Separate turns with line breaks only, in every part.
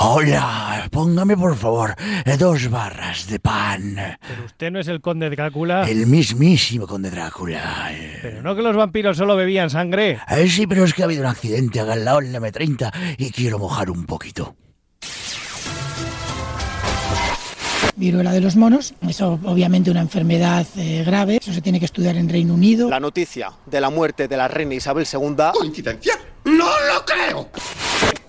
Hola, póngame por favor dos barras de pan.
Pero usted no es el conde
Ah.
Drácula.
El mismísimo conde Drácula.
Pero no que los vampiros solo bebían sangre.
Eh, sí, pero es que ha habido un accidente acá al lado en la M30 y quiero mojar un poquito.
viruela de los monos. Eso obviamente una enfermedad eh, grave, eso se tiene que estudiar en Reino Unido.
La noticia de la muerte de la reina Isabel II.
¿Coincidencia? ¡No lo creo!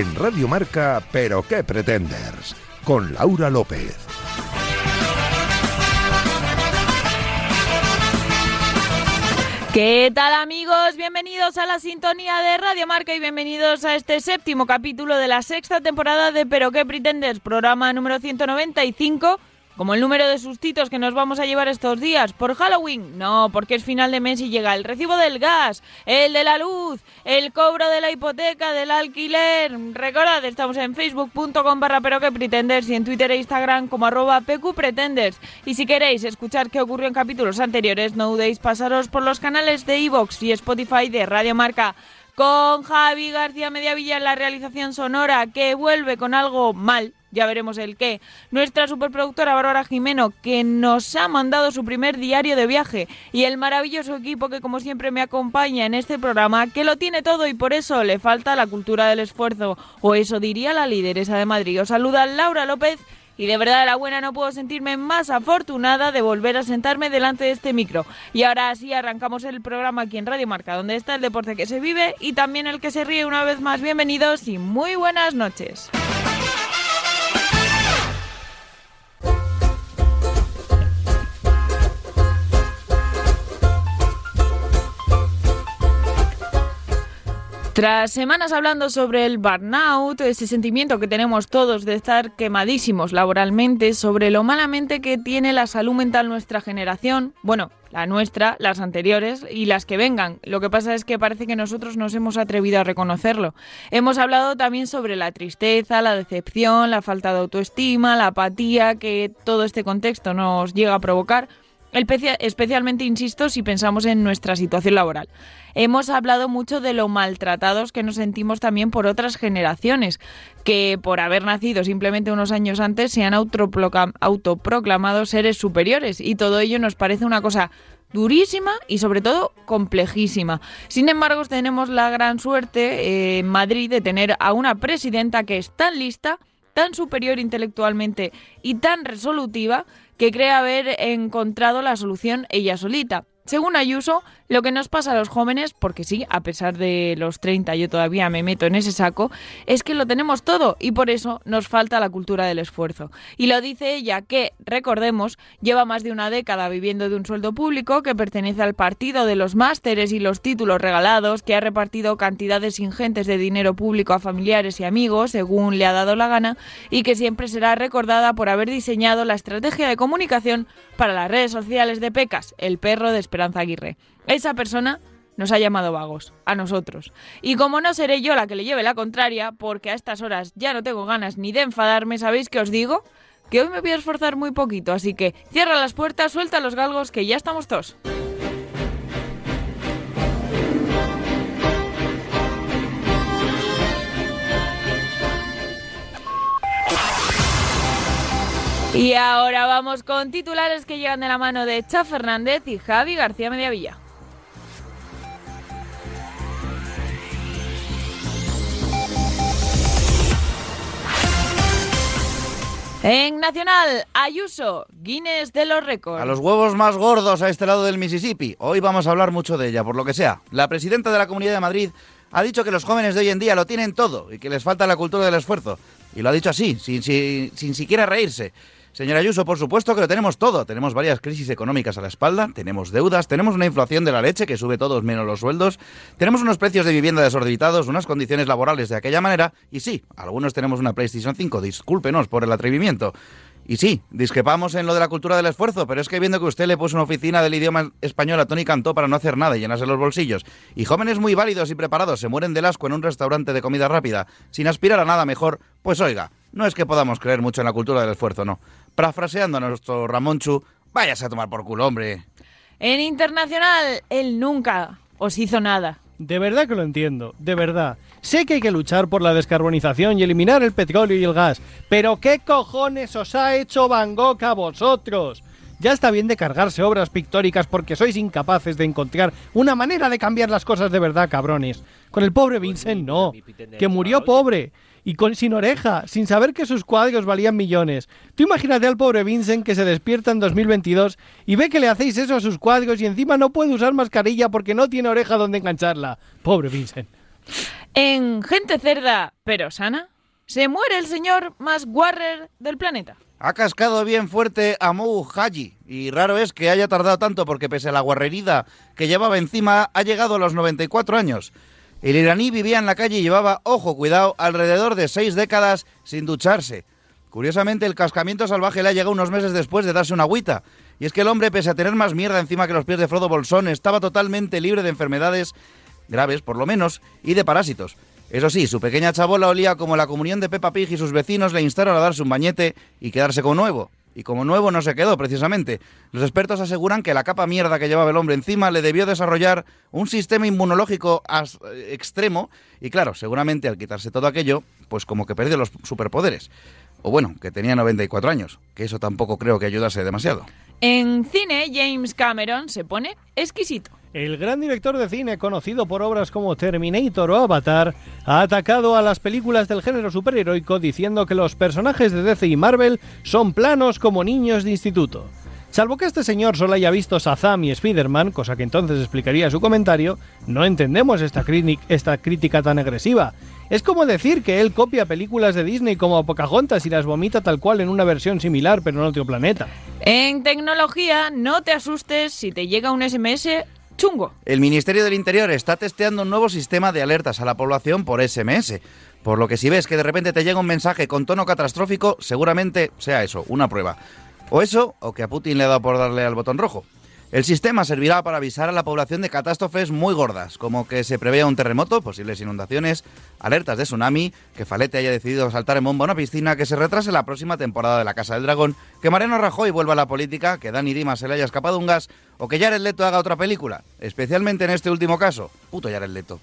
En Radio Marca, pero qué pretenders. Con Laura López.
¿Qué tal amigos? Bienvenidos a la sintonía de Radio Marca y bienvenidos a este séptimo capítulo de la sexta temporada de Pero qué pretendes, programa número 195, como el número de sustitos que nos vamos a llevar estos días. ¿Por Halloween? No, porque es final de mes y llega el recibo del gas, el de la luz, el cobro de la hipoteca, del alquiler. Recordad, estamos en facebook.com barra pero que pretendes y en Twitter e Instagram como arroba pqpretenders. Y si queréis escuchar qué ocurrió en capítulos anteriores, no dudéis pasaros por los canales de iVoox y Spotify de Radio Marca. Con Javi García Mediavilla en la realización sonora que vuelve con algo mal, ya veremos el qué. Nuestra superproductora Bárbara Jimeno, que nos ha mandado su primer diario de viaje, y el maravilloso equipo que como siempre me acompaña en este programa, que lo tiene todo y por eso le falta la cultura del esfuerzo, o eso diría la lideresa de Madrid. Os saluda Laura López. Y de verdad, la buena, no puedo sentirme más afortunada de volver a sentarme delante de este micro. Y ahora sí, arrancamos el programa aquí en Radio Marca, donde está el deporte que se vive y también el que se ríe una vez más. Bienvenidos y muy buenas noches. Tras semanas hablando sobre el burnout, ese sentimiento que tenemos todos de estar quemadísimos laboralmente, sobre lo malamente que tiene la salud mental nuestra generación, bueno, la nuestra, las anteriores y las que vengan. Lo que pasa es que parece que nosotros nos hemos atrevido a reconocerlo. Hemos hablado también sobre la tristeza, la decepción, la falta de autoestima, la apatía que todo este contexto nos llega a provocar especialmente, insisto, si pensamos en nuestra situación laboral. Hemos hablado mucho de lo maltratados que nos sentimos también por otras generaciones, que por haber nacido simplemente unos años antes se han autoproclamado seres superiores y todo ello nos parece una cosa durísima y sobre todo complejísima. Sin embargo, tenemos la gran suerte eh, en Madrid de tener a una presidenta que es tan lista, tan superior intelectualmente y tan resolutiva que cree haber encontrado la solución ella solita. Según Ayuso, lo que nos pasa a los jóvenes, porque sí, a pesar de los 30 yo todavía me meto en ese saco, es que lo tenemos todo y por eso nos falta la cultura del esfuerzo. Y lo dice ella que, recordemos, lleva más de una década viviendo de un sueldo público que pertenece al partido de los másteres y los títulos regalados, que ha repartido cantidades ingentes de dinero público a familiares y amigos, según le ha dado la gana, y que siempre será recordada por haber diseñado la estrategia de comunicación para las redes sociales de Pecas, el perro de Esperanza Aguirre. Esa persona nos ha llamado vagos, a nosotros. Y como no seré yo la que le lleve la contraria, porque a estas horas ya no tengo ganas ni de enfadarme, ¿sabéis qué os digo? Que hoy me voy a esforzar muy poquito, así que cierra las puertas, suelta los galgos, que ya estamos todos. Y ahora vamos con titulares que llegan de la mano de Cha Fernández y Javi García Mediavilla. En Nacional, Ayuso, Guinness de los récords.
A los huevos más gordos a este lado del Mississippi. Hoy vamos a hablar mucho de ella, por lo que sea. La presidenta de la Comunidad de Madrid ha dicho que los jóvenes de hoy en día lo tienen todo y que les falta la cultura del esfuerzo. Y lo ha dicho así, sin, sin, sin siquiera reírse. Señora Ayuso, por supuesto que lo tenemos todo. Tenemos varias crisis económicas a la espalda, tenemos deudas, tenemos una inflación de la leche que sube todos menos los sueldos, tenemos unos precios de vivienda desorbitados, unas condiciones laborales de aquella manera, y sí, algunos tenemos una PlayStation 5, discúlpenos por el atrevimiento. Y sí, discrepamos en lo de la cultura del esfuerzo, pero es que viendo que usted le puso una oficina del idioma español a Tony Cantó para no hacer nada y llenarse los bolsillos, y jóvenes muy válidos y preparados se mueren del asco en un restaurante de comida rápida, sin aspirar a nada mejor, pues oiga, no es que podamos creer mucho en la cultura del esfuerzo, no. Parafraseando a nuestro Ramonchu, váyase a tomar por culo, hombre.
En internacional, él nunca os hizo nada.
De verdad que lo entiendo, de verdad. Sé que hay que luchar por la descarbonización y eliminar el petróleo y el gas, pero ¿qué cojones os ha hecho Van Gogh a vosotros? Ya está bien de cargarse obras pictóricas porque sois incapaces de encontrar una manera de cambiar las cosas de verdad, cabrones. Con el pobre Vincent no, que murió pobre y con sin oreja, sin saber que sus cuadros valían millones. Tú imagínate al pobre Vincent que se despierta en 2022 y ve que le hacéis eso a sus cuadros y encima no puede usar mascarilla porque no tiene oreja donde engancharla. Pobre Vincent.
En Gente Cerda, pero sana, se muere el señor más warrer del planeta.
Ha cascado bien fuerte a Mou Haji y raro es que haya tardado tanto porque pese a la guarrerida que llevaba encima ha llegado a los 94 años. El iraní vivía en la calle y llevaba, ojo, cuidado, alrededor de seis décadas sin ducharse. Curiosamente, el cascamiento salvaje le ha llegado unos meses después de darse una agüita. Y es que el hombre, pese a tener más mierda encima que los pies de Frodo Bolsón, estaba totalmente libre de enfermedades graves, por lo menos, y de parásitos. Eso sí, su pequeña chabola olía como la comunión de Peppa Pig y sus vecinos le instaron a darse un bañete y quedarse con nuevo. Y como nuevo no se quedó, precisamente. Los expertos aseguran que la capa mierda que llevaba el hombre encima le debió desarrollar un sistema inmunológico as- eh, extremo y claro, seguramente al quitarse todo aquello, pues como que perdió los superpoderes. O bueno, que tenía 94 años, que eso tampoco creo que ayudase demasiado.
En cine, James Cameron se pone exquisito.
El gran director de cine, conocido por obras como Terminator o Avatar, ha atacado a las películas del género superheroico diciendo que los personajes de DC y Marvel son planos como niños de instituto. Salvo que este señor solo haya visto Shazam y Spider-Man, cosa que entonces explicaría su comentario, no entendemos esta, crini- esta crítica tan agresiva. Es como decir que él copia películas de Disney como Pocahontas y las vomita tal cual en una versión similar pero en otro planeta.
En tecnología, no te asustes si te llega un SMS chungo.
El Ministerio del Interior está testeando un nuevo sistema de alertas a la población por SMS. Por lo que si ves que de repente te llega un mensaje con tono catastrófico, seguramente sea eso, una prueba. O eso, o que a Putin le ha dado por darle al botón rojo. El sistema servirá para avisar a la población de catástrofes muy gordas, como que se prevea un terremoto, posibles inundaciones, alertas de tsunami, que Falete haya decidido saltar en bomba a una piscina, que se retrase la próxima temporada de La Casa del Dragón, que Mariano Rajoy vuelva a la política, que Dani Dimas se le haya escapado un gas, o que Jared Leto haga otra película, especialmente en este último caso. Puto Jared Leto.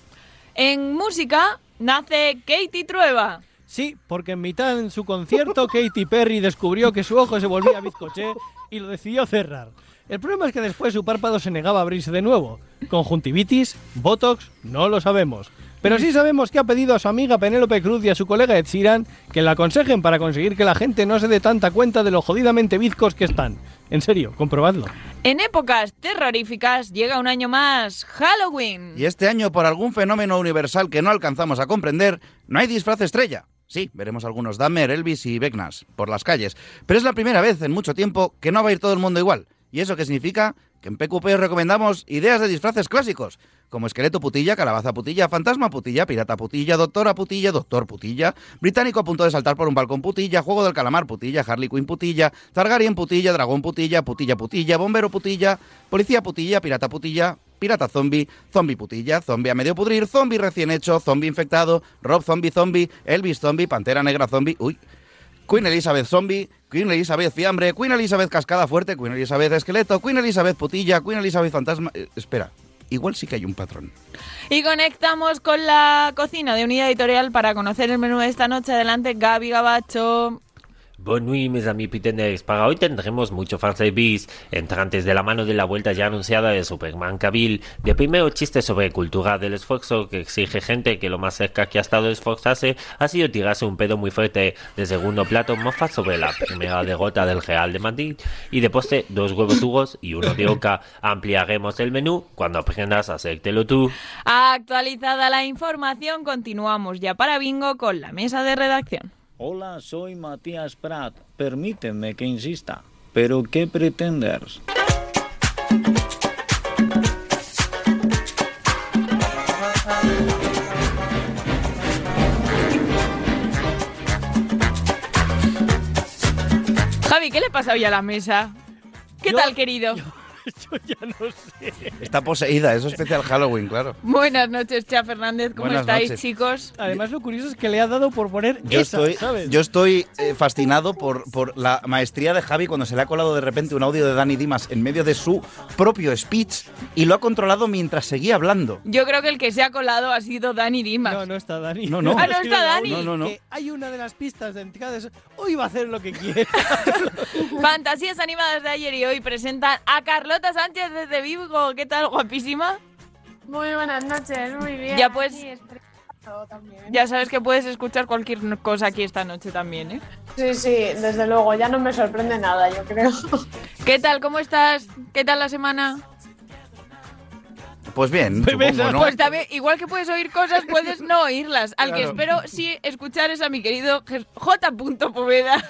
En música, nace Katie Trueba.
Sí, porque en mitad de su concierto Katy Perry descubrió que su ojo se volvía bizcoché y lo decidió cerrar. El problema es que después su párpado se negaba a abrirse de nuevo. Conjuntivitis, botox, no lo sabemos. Pero sí sabemos que ha pedido a su amiga Penélope Cruz y a su colega Ed Sheeran que la aconsejen para conseguir que la gente no se dé tanta cuenta de lo jodidamente bizcos que están. En serio, comprobadlo.
En épocas terroríficas llega un año más, Halloween.
Y este año, por algún fenómeno universal que no alcanzamos a comprender, no hay disfraz estrella. Sí, veremos algunos Dahmer, Elvis y Becknas por las calles, pero es la primera vez en mucho tiempo que no va a ir todo el mundo igual. ¿Y eso qué significa? Que en PQP os recomendamos ideas de disfraces clásicos, como esqueleto putilla, calabaza putilla, fantasma putilla, pirata putilla, doctora putilla, doctor putilla, británico a punto de saltar por un balcón putilla, juego del calamar putilla, Harley Quinn putilla, Targaryen putilla, dragón putilla, putilla putilla, bombero putilla, policía putilla, pirata putilla, pirata zombie, zombie putilla, zombie a medio pudrir, zombie recién hecho, zombie infectado, Rob zombie zombie, Elvis zombie, pantera negra zombie, uy, Queen Elizabeth zombie, Queen Elizabeth fiambre, Queen Elizabeth cascada fuerte, Queen Elizabeth esqueleto, Queen Elizabeth putilla, Queen Elizabeth fantasma... eh, espera, igual sí que hay un patrón.
Y conectamos con la cocina de Unidad Editorial para conocer el menú de esta noche. Adelante, Gaby Gabacho.
Bonne nuit, mis amis piteners. Para hoy tendremos mucho fanservice, entrantes de la mano de la vuelta ya anunciada de Superman Cavill, de primero chistes sobre cultura del esfuerzo que exige gente que lo más cerca que ha estado de esforzarse ha sido tirarse un pedo muy fuerte, de segundo plato mofa sobre la primera derrota del Real de Madrid y de postre dos huevos tubos y uno de oca. Ampliaremos el menú cuando aprendas a hacértelo tú.
Actualizada la información, continuamos ya para bingo con la mesa de redacción.
Hola, soy Matías Prat. Permíteme que insista. ¿Pero qué pretendes?
Javi, ¿qué le pasa hoy a la mesa? ¿Qué tal, querido?
Yo ya no sé.
Está poseída, es especial Halloween, claro.
Buenas noches, Cha Fernández. ¿Cómo
Buenas
estáis,
noches.
chicos?
Además, lo curioso es que le ha dado por poner
Yo
esa,
estoy,
¿sabes?
yo estoy eh, fascinado por, por la maestría de Javi cuando se le ha colado de repente un audio de Dani Dimas en medio de su propio speech y lo ha controlado mientras seguía hablando.
Yo creo que el que se ha colado ha sido Dani Dimas. No,
no está Dani.
No, no.
Ah, no está Dani.
No, no, no.
Que hay una de las pistas de entidades. Hoy va a hacer lo que quiere.
Fantasías animadas de ayer y hoy presentan a Carlota Sánchez desde Vigo. ¿Qué tal, guapísima?
Muy buenas noches, muy bien.
Ya pues-
aquí estresado también.
Ya sabes que puedes escuchar cualquier cosa aquí esta noche también, ¿eh?
Sí, sí, desde luego, ya no me sorprende nada, yo creo.
¿Qué tal? ¿Cómo estás? ¿Qué tal la semana?
Pues bien, supongo, ¿no?
Pues también, igual que puedes oír cosas, puedes no oírlas. Al que
Claro.
espero sí escuchar es a mi querido Jes- J. Poveda.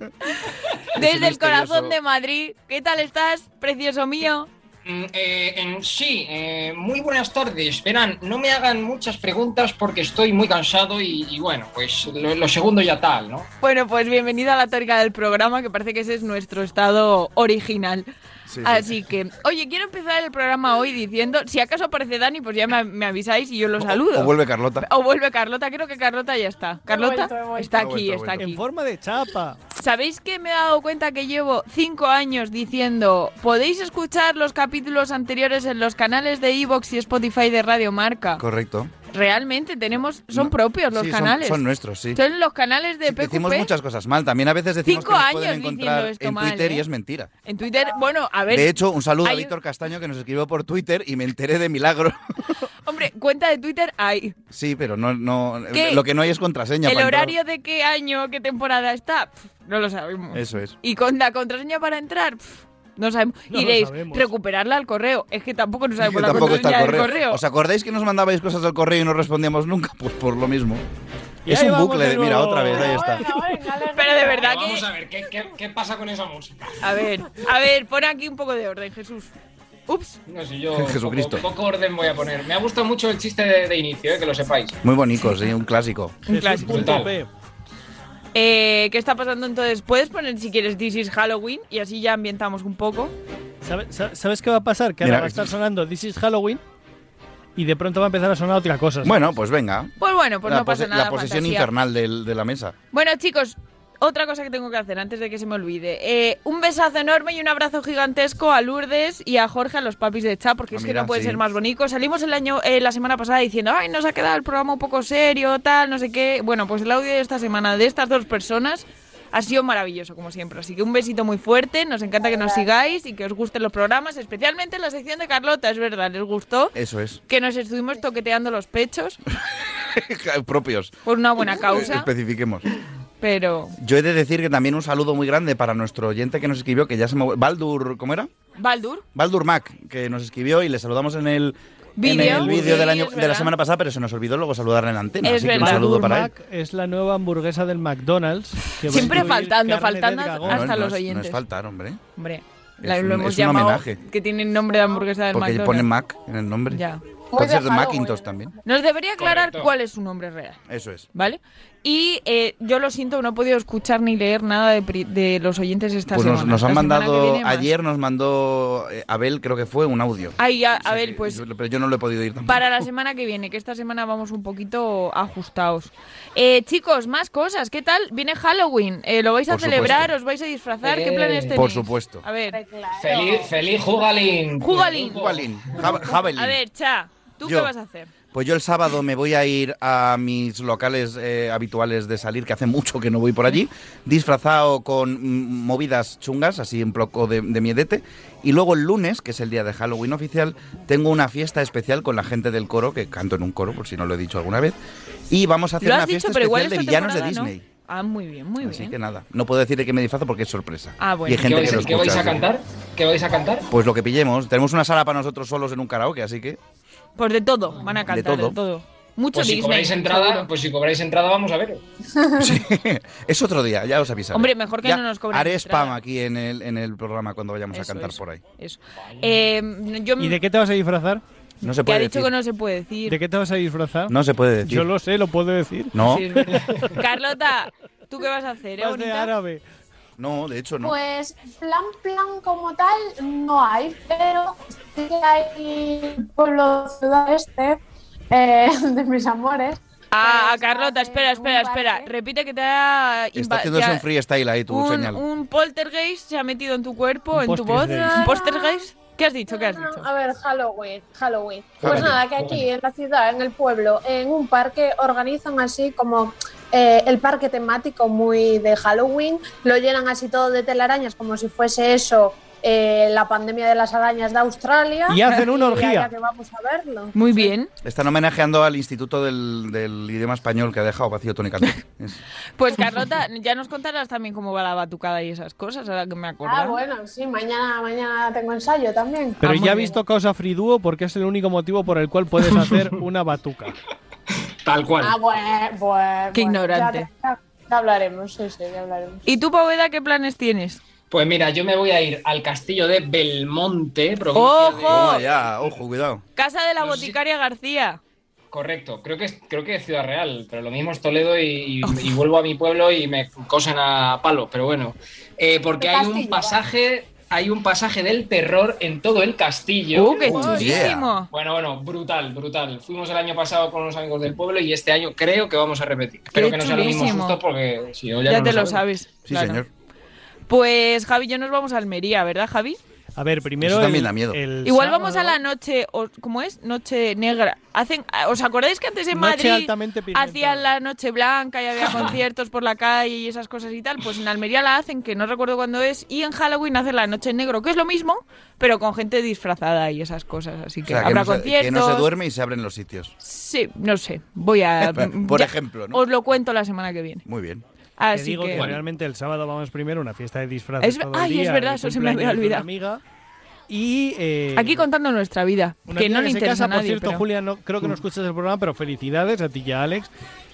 Desde el
misterioso-
corazón de Madrid. ¿Qué tal estás, precioso mío?
Mm, eh, en sí, eh, muy buenas tardes. Verán, no me hagan muchas preguntas porque estoy muy cansado y, y bueno, pues lo, lo segundo ya tal, ¿no?
Bueno, pues bienvenido a la tórica del programa, que parece que ese es nuestro estado original.
Sí, sí.
Así que, oye, quiero empezar el programa hoy diciendo, si acaso aparece Dani, pues ya me, me avisáis y yo lo saludo.
O vuelve Carlota.
O vuelve Carlota, creo que Carlota ya está. Carlota
vuelto, he vuelto.
está
He vuelto,
aquí,
he
está
vuelto.
aquí.
En forma de chapa.
¿Sabéis que me he dado cuenta que llevo cinco años diciendo, podéis escuchar los capítulos anteriores en los canales de Evox y Spotify de Radio Marca?
Correcto.
Realmente tenemos, son propios los
Sí, son-
canales.
son nuestros, sí.
Son los canales de PQP.
Decimos muchas cosas mal. También a veces decimos
Cinco
que nos
años
pueden encontrar
diciendo esto
en
mal,
Twitter y
¿eh?
es mentira.
En Twitter, bueno, a ver.
de hecho, un saludo a
hay-
Víctor Castaño que nos escribió por Twitter y me enteré de milagro.
Hombre, cuenta de Twitter hay.
Sí, pero no, no
¿Qué?
lo que no hay es contraseña.
¿El
para entrar.
horario de qué año, qué temporada está? Pf, no lo sabemos.
Eso es.
¿Y con la contraseña para entrar? Pf, no sabemos.
No lo
y diréis,
sabemos.
recuperarla al correo. Es que tampoco nos sabemos
Que
la
tampoco está
contraseña
el
del
correo.
correo.
¿Os acordáis que nos mandabais cosas al correo y no respondíamos nunca? Pues por lo mismo.
Y
es
ahí
un
vamos
bucle
de
de, mira,
nuevo.
otra vez, ahí está.
Pero de verdad
Vamos
que-
a ver, ¿qué, qué, qué pasa con esa música?
A ver, a ver, pon aquí un poco de orden, Jesús. Ups.
No sé, yo
Jesucristo.
Poco, poco orden voy a poner. Me ha gustado mucho el chiste de, de inicio, eh, que lo sepáis.
Muy bonito, sí, un clásico.
Un clásico.
Brutal.
Eh, ¿Qué está pasando entonces? ¿Puedes poner si quieres This is Halloween? Y así ya ambientamos un poco.
¿Sabe- sa- ¿Sabes qué va a pasar? Que ahora
Mira,
va a estar sonando This is Halloween y de pronto va a empezar a sonar otra cosa.
Bueno, pues venga.
Pues bueno, pues
la,
no pasa
pose-
nada.
la posesión
fantasía.
infernal del- de la mesa.
Bueno, chicos, otra cosa que tengo que hacer antes de que se me olvide. Eh, un besazo enorme y un abrazo gigantesco a Lourdes y a Jorge, a los papis de Cha, porque
Ah,
es que
mira,
no puede
sí.
ser más bonito. Salimos el año, eh, la semana pasada diciendo, ay, nos ha quedado el programa un poco serio, tal, no sé qué. Bueno, pues el audio de esta semana de estas dos personas ha sido maravilloso, como siempre. Así que un besito muy fuerte, nos encanta que nos sigáis y que os gusten los programas, especialmente la sección de Carlota, es verdad, les gustó.
Eso es.
Que nos estuvimos toqueteando los pechos
Propios. Eh,
por una buena causa,
Especifiquemos.
pero...
Yo he de decir que también un saludo muy grande para nuestro oyente que nos escribió, que ya se me... Baldur, ¿cómo era?
Baldur,
Baldur Mac, que nos escribió y le saludamos en el en
Vídeo.
el vídeo
Sí,
del año
es
de la
verdad.
semana pasada, pero se nos olvidó luego saludarle en la antena.
Es
así que un
verdad.
saludo
Baldur
para él.
Mac es la nueva hamburguesa del McDonald's. que va a
Siempre
incluir
faltando,
carne
faltando
del dragón.
hasta
No, no
los
es- No
oyentes.
es faltar, hombre.
Hombre,
Es
la-
un-
lo hemos
es un
llamado
homenaje.
que tiene nombre de hamburguesa del
Porque
McDonald's.
pone Mac en el nombre.
Ya.
Puede ser
Muy
de
bajado,
Macintosh también.
Nos debería aclarar
Correcto.
cuál es su nombre real,
Eso es.
¿vale? Y eh, yo lo siento, no he podido escuchar ni leer nada de, pri- de los oyentes esta
Pues
semana.
nos, nos han
La semana que
mandado,
viene más.
ayer nos mandó eh, Abel, creo que fue, un audio.
Ay, a, a ver, pues
Yo- Pero yo no lo he podido ir tampoco.
para la semana que viene, que esta semana vamos un poquito ajustados. Eh, chicos, más cosas. ¿Qué tal? Viene Halloween. Eh, ¿Lo vais a
Por
celebrar?
supuesto.
¿Os vais a disfrazar? ¿Qué
Eh,
planes tenéis?
Por supuesto.
A ver.
Feliz, feliz Jugalín.
Jugalín.
Jugalín. Jab- Javelin.
A ver, Cha, ¿tú
Yo.
qué vas a hacer?
Pues yo el sábado me voy a ir a mis locales eh, habituales de salir, que hace mucho que no voy por allí, disfrazado con mm, movidas chungas, así en ploco de, de miedete. Y luego el lunes, que es el día de Halloween oficial, tengo una fiesta especial con la gente del coro, que canto en un coro, por si no lo he dicho alguna vez. Y vamos a hacer
Lo has
una
dicho,
fiesta
pero igual
especial de
esta
villanos de
temporada no.
Disney.
Ah, muy bien, muy
Así
bien.
que nada, no puedo decir de qué me disfrazo porque es sorpresa.
Ah, bueno.
Y hay gente
¿Qué vais,
que lo
qué vais
escucha,
a
así que-
cantar? ¿Qué vais a cantar?
Pues lo que pillemos. Tenemos una sala para nosotros solos en un karaoke, así que
Pues de todo, van a cantar de todo.
todo.
Mucho
pues si
Disney,
cobráis entrada,
seguro.
pues si cobráis entrada vamos a ver.
Es otro día, ya os avisaré.
Hombre, mejor que
Ya
no nos cobren
Haré
entrada.
spam aquí en el, en el programa cuando vayamos
Eso,
a cantar
eso.
por ahí.
Eso. Eh, yo,
¿Y de qué te vas a disfrazar?
No se
que ha
puede
dicho
decir.
que no se puede decir.
¿De qué te vas a disfrazar?
No se puede decir.
Yo lo sé, lo puedo decir.
No.
Sí, es verdad. Carlota, ¿tú qué vas a hacer? eh,
Vas de
bonita?
árabe.
No, de hecho no.
Pues plan, plan como tal no hay, pero sí que hay pueblo ciudad este eh, de mis amores.
Ah, a Carlota, espera, espera, espera. Repite que te ha
Está
inva-
haciéndose
te ha-
un freestyle ahí, tu
un,
señal.
un poltergeist se ha metido en tu cuerpo,
Un
en tu voz.
poltergeist.
¿Un poltergeist? ¿Qué has dicho? ¿Qué has dicho?
A ver, Halloween, Halloween. Pues
Halloween.
nada, que aquí en la ciudad, en el pueblo, en un parque, organizan así como eh, el parque temático muy de Halloween, lo llenan así todo de telarañas como si fuese eso, eh, la pandemia de las arañas de Australia.
Y hacen una orgía.
allá que vamos a verlo.
Muy bien.
Están homenajeando al Instituto del, del Idioma Español que ha dejado vacío Tony Cantó. Es-
Pues Carlota, ya nos contarás también cómo va la batucada y esas cosas, ahora que me acuerdo.
Ah, bueno, sí, mañana, mañana tengo ensayo también. Ah,
Pero ya he visto Causa Fridúo porque es el único motivo por el cual puedes hacer una batuca.
Tal
Ah, bueno, bueno,
Qué
bueno, ya-
ignorante.
Ya, ya hablaremos, sí, sí, ya hablaremos.
¿Y tú, Poveda, qué planes tienes?
Pues mira, yo me voy a ir al castillo de Belmonte, provincia de-
¡Ojo!
Oh, ya, ojo, cuidado.
Casa de la boticaria García.
Correcto, creo que es, creo que es Ciudad Real, pero lo mismo es Toledo y, y- y vuelvo a mi pueblo y me cosen a palo, pero bueno, Eh, porque hay un pasaje, hay un pasaje del terror en todo el castillo.
¡Uh, qué Oh, chulísimo! yeah.
Bueno, bueno, brutal, brutal. Fuimos el año pasado con unos amigos del pueblo y este año creo que vamos a repetir. Espero que no sea el mismo
chulísimo!
susto porque si no,
Ya,
ya, no
te lo
sabemos.
sabes.
Sí,
claro.
señor.
Pues Javi, yo nos vamos a Almería, ¿verdad, Javi?
A ver, primero.
Eso también
el-
da miedo.
el
Igual
sábado-
vamos a la noche, o- ¿cómo es? Noche negra. Hacen, ah, ¿Os acordáis que antes en
Noche
Madrid
altamente pigmentada.
hacían la noche blanca y había conciertos por la calle y esas cosas y tal? Pues en Almería la hacen, que no recuerdo cuándo es, y en Halloween hacen la noche en negro, que es lo mismo, pero con gente disfrazada y esas cosas. Así
O
que
sea, que
habrá
no, se,
conciertos.
que no se duerme y se abren los sitios.
Sí, no sé. Voy a.
Por
ya,
ejemplo, ¿no?
Os lo cuento la semana que viene.
Muy bien.
Te
Así
digo que,
Ah, que.
realmente el sábado vamos primero a una fiesta de disfraces.
Es-
todo el
ay,
día,
es verdad,
de
eso se me había
cumpleaños de una
olvidado.
amiga. Y. eh,
Aquí contando nuestra vida,
Una
que
amiga
no le
se
interesa Mm. a
casa,
nadie.
Por cierto,
pero-
Julia, no, creo que no escuchas el programa, pero felicidades a ti y a Alex.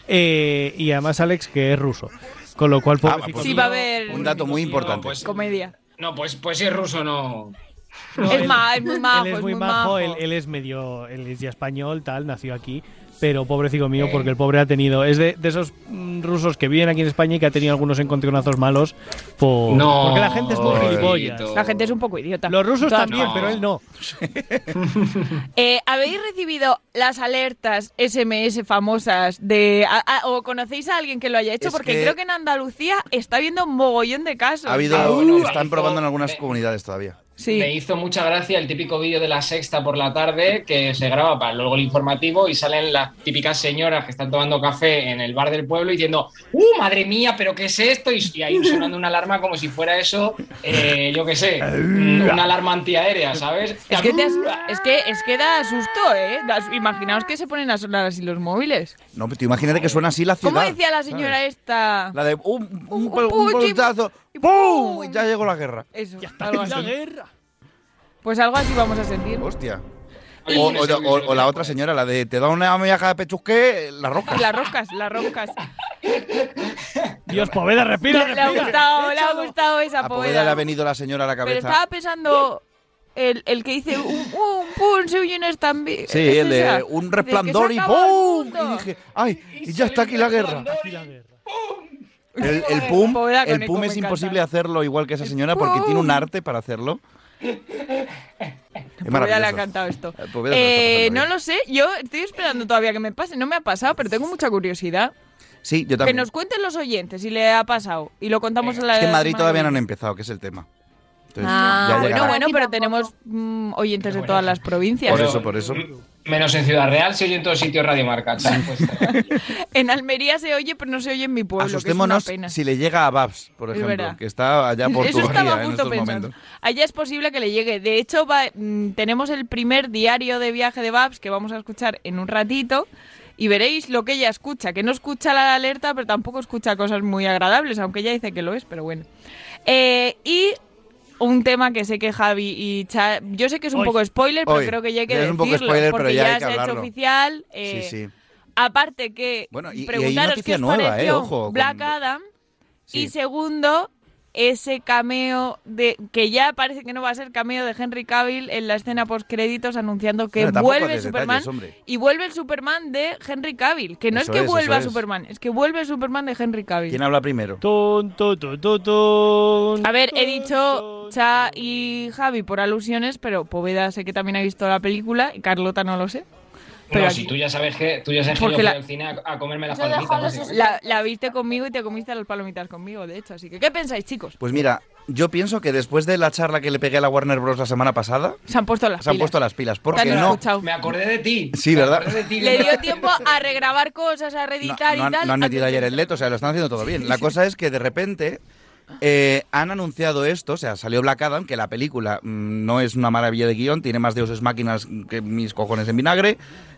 Eh, y además Alex, que es ruso. Con lo cual,
Ah,
pobrecito
pues
mío,
sí, va a haber
Un dato muy importante.
comedia.
No, pues, pues si es ruso no.
No,
es
él-
ma- es muy majo,
Él es muy majo, Él, él es medio, él es ya español, tal, nació aquí, pero pobrecito mío,
Eh.
porque el pobre ha tenido, es de, de esos mm, rusos que viven aquí en España y que ha tenido algunos encontronazos malos por,
No,
porque la gente es muy
pobrecito.
gilipollas.
La gente es un poco idiota.
Los rusos
Todas
también,
formas.
pero él no.
Eh, ¿Habéis recibido las alertas SMS famosas de a- a- o conocéis a alguien que lo haya hecho?
Es
Porque
que-
creo que en Andalucía está habiendo un mogollón de casos.
Ha habido,
Ah, bueno,
están
hizo-
probando en algunas comunidades todavía.
Me hizo mucha gracia el típico vídeo de la sexta por la tarde que se graba para luego el informativo y salen las típicas señoras que están tomando café en el bar del pueblo y diciendo ¡Uh, madre mía, pero qué es esto! Y, y ahí sonando una alarma como si fuera eso, eh, yo qué sé, mm, una alarma antiaérea, ¿sabes?
Es que, te as- es, que, es que da susto, ¿eh? Da- Imaginaos que se ponen a sonar así los móviles.
No, pero tú imagínate que suena así la ciudad.
¿Cómo decía la señora esta?
La de un, un, un,
puchi,
pelotazo, ¡pum! Y ya llegó la guerra.
Eso, algo
la
así.
guerra.
Pues algo así vamos a sentir.
Hostia. O, o- o- o la otra señora, la de te da una miaja de pechusque, la roca.
Las roscas, las roscas.
Dios, Poveda, respira,
Le ha
respira.
gustado, le ha gustado esa
A Poveda le ha venido la señora a la
Pero
cabeza.
estaba pensando el, el que dice un, un pum, se huyen están bien.
Sí, el de un resplandor y ¡pum! Y dije, ¡ay! Y ya está aquí la guerra. El, el pum,
Poveda con
el
eco,
pum
me
es
encanta.
imposible hacerlo igual que esa señora porque
pum.
tiene un arte para hacerlo. Es
Poveda le ha
maravilloso.
cantado esto.
Eh, Poveda se lo está
Eh, no
pasando bien.
lo sé, yo estoy esperando todavía que me pase. No me ha pasado, pero tengo mucha curiosidad.
Sí, yo
Que
también.
nos cuenten los oyentes si le ha pasado. Y lo contamos en la.
Es que en Madrid
semana
todavía
que
no han
viene.
empezado, que es el tema. Entonces,
Ah,
ya
bueno,
llegará.
bueno, pero tenemos mm, oyentes de todas las provincias.
Por eso, por eso.
Menos en Ciudad Real se oye en todos sitios Radio Marca. chaval, pues.
En Almería se oye, pero no se oye en mi pueblo.
Asustémonos
que es una pena.
si le llega a Babs, por
Es
ejemplo,
verdad.
que está allá por
Eso
Turquía
estaba
en
justo
estos
pensando.
momentos.
Allá es posible que le llegue. De hecho, va- mm, tenemos el primer diario de viaje de Babs que vamos a escuchar en un ratito. Y veréis lo que ella escucha, que no escucha la alerta, pero tampoco escucha cosas muy agradables, aunque ella dice que lo es, pero bueno. Eh, y un tema que sé que Javi y Cha- Yo sé que es un
Hoy.
poco spoiler, pero
Hoy.
creo que ya hay que
Es un
decirlo,
poco spoiler, pero
porque
ya
ya,
hay que
se ha hecho
hablarlo.
oficial. eh,
sí, sí.
Aparte que
Bueno, y- y hay
preguntaros
noticia
qué os
nueva, eh,
pareció
ojo, con-
Black Adam.
Sí.
Y segundo, ese cameo de que ya parece que no va a ser cameo de Henry Cavill en la escena post créditos anunciando que
Bueno, tampoco
vuelve
des
Superman
detalles, hombre.
y vuelve el Superman de Henry Cavill, que no
Eso
es que
es,
vuelva
eso es.
Superman, es que vuelve el Superman de Henry Cavill.
¿Quién habla primero?
A ver, he dicho Cha y Javi por alusiones, pero Poveda sé que también ha visto la película y Carlota no lo sé. Pero
no,
aquí-
si tú ya sabes que tú ya sabes que yo
Porque
fui
la-
al cine a, a comerme las
Eso dejó
palomitas.
los-
básicamente.
la, la viste conmigo y te comiste las palomitas conmigo, de hecho. Así que, ¿qué pensáis, chicos?
Pues mira, yo pienso que después de la charla que le pegué a la Warner Bros. la semana pasada,
Se han puesto las
se han
pilas.
puesto las pilas.
Te
Porque
han
no.
escuchado.
Me acordé de ti.
Sí, ¿verdad?
Le dio tiempo a regrabar cosas, a
No,
reeditar
no
y
han,
tal.
no han metido ayer el leto, o sea, lo están haciendo todo bien. La cosa es que de repente eh, han anunciado esto, o sea, salió Black Adam, que la película mm, no es una maravilla de guión, tiene más dioses máquinas que mis cojones en vinagre,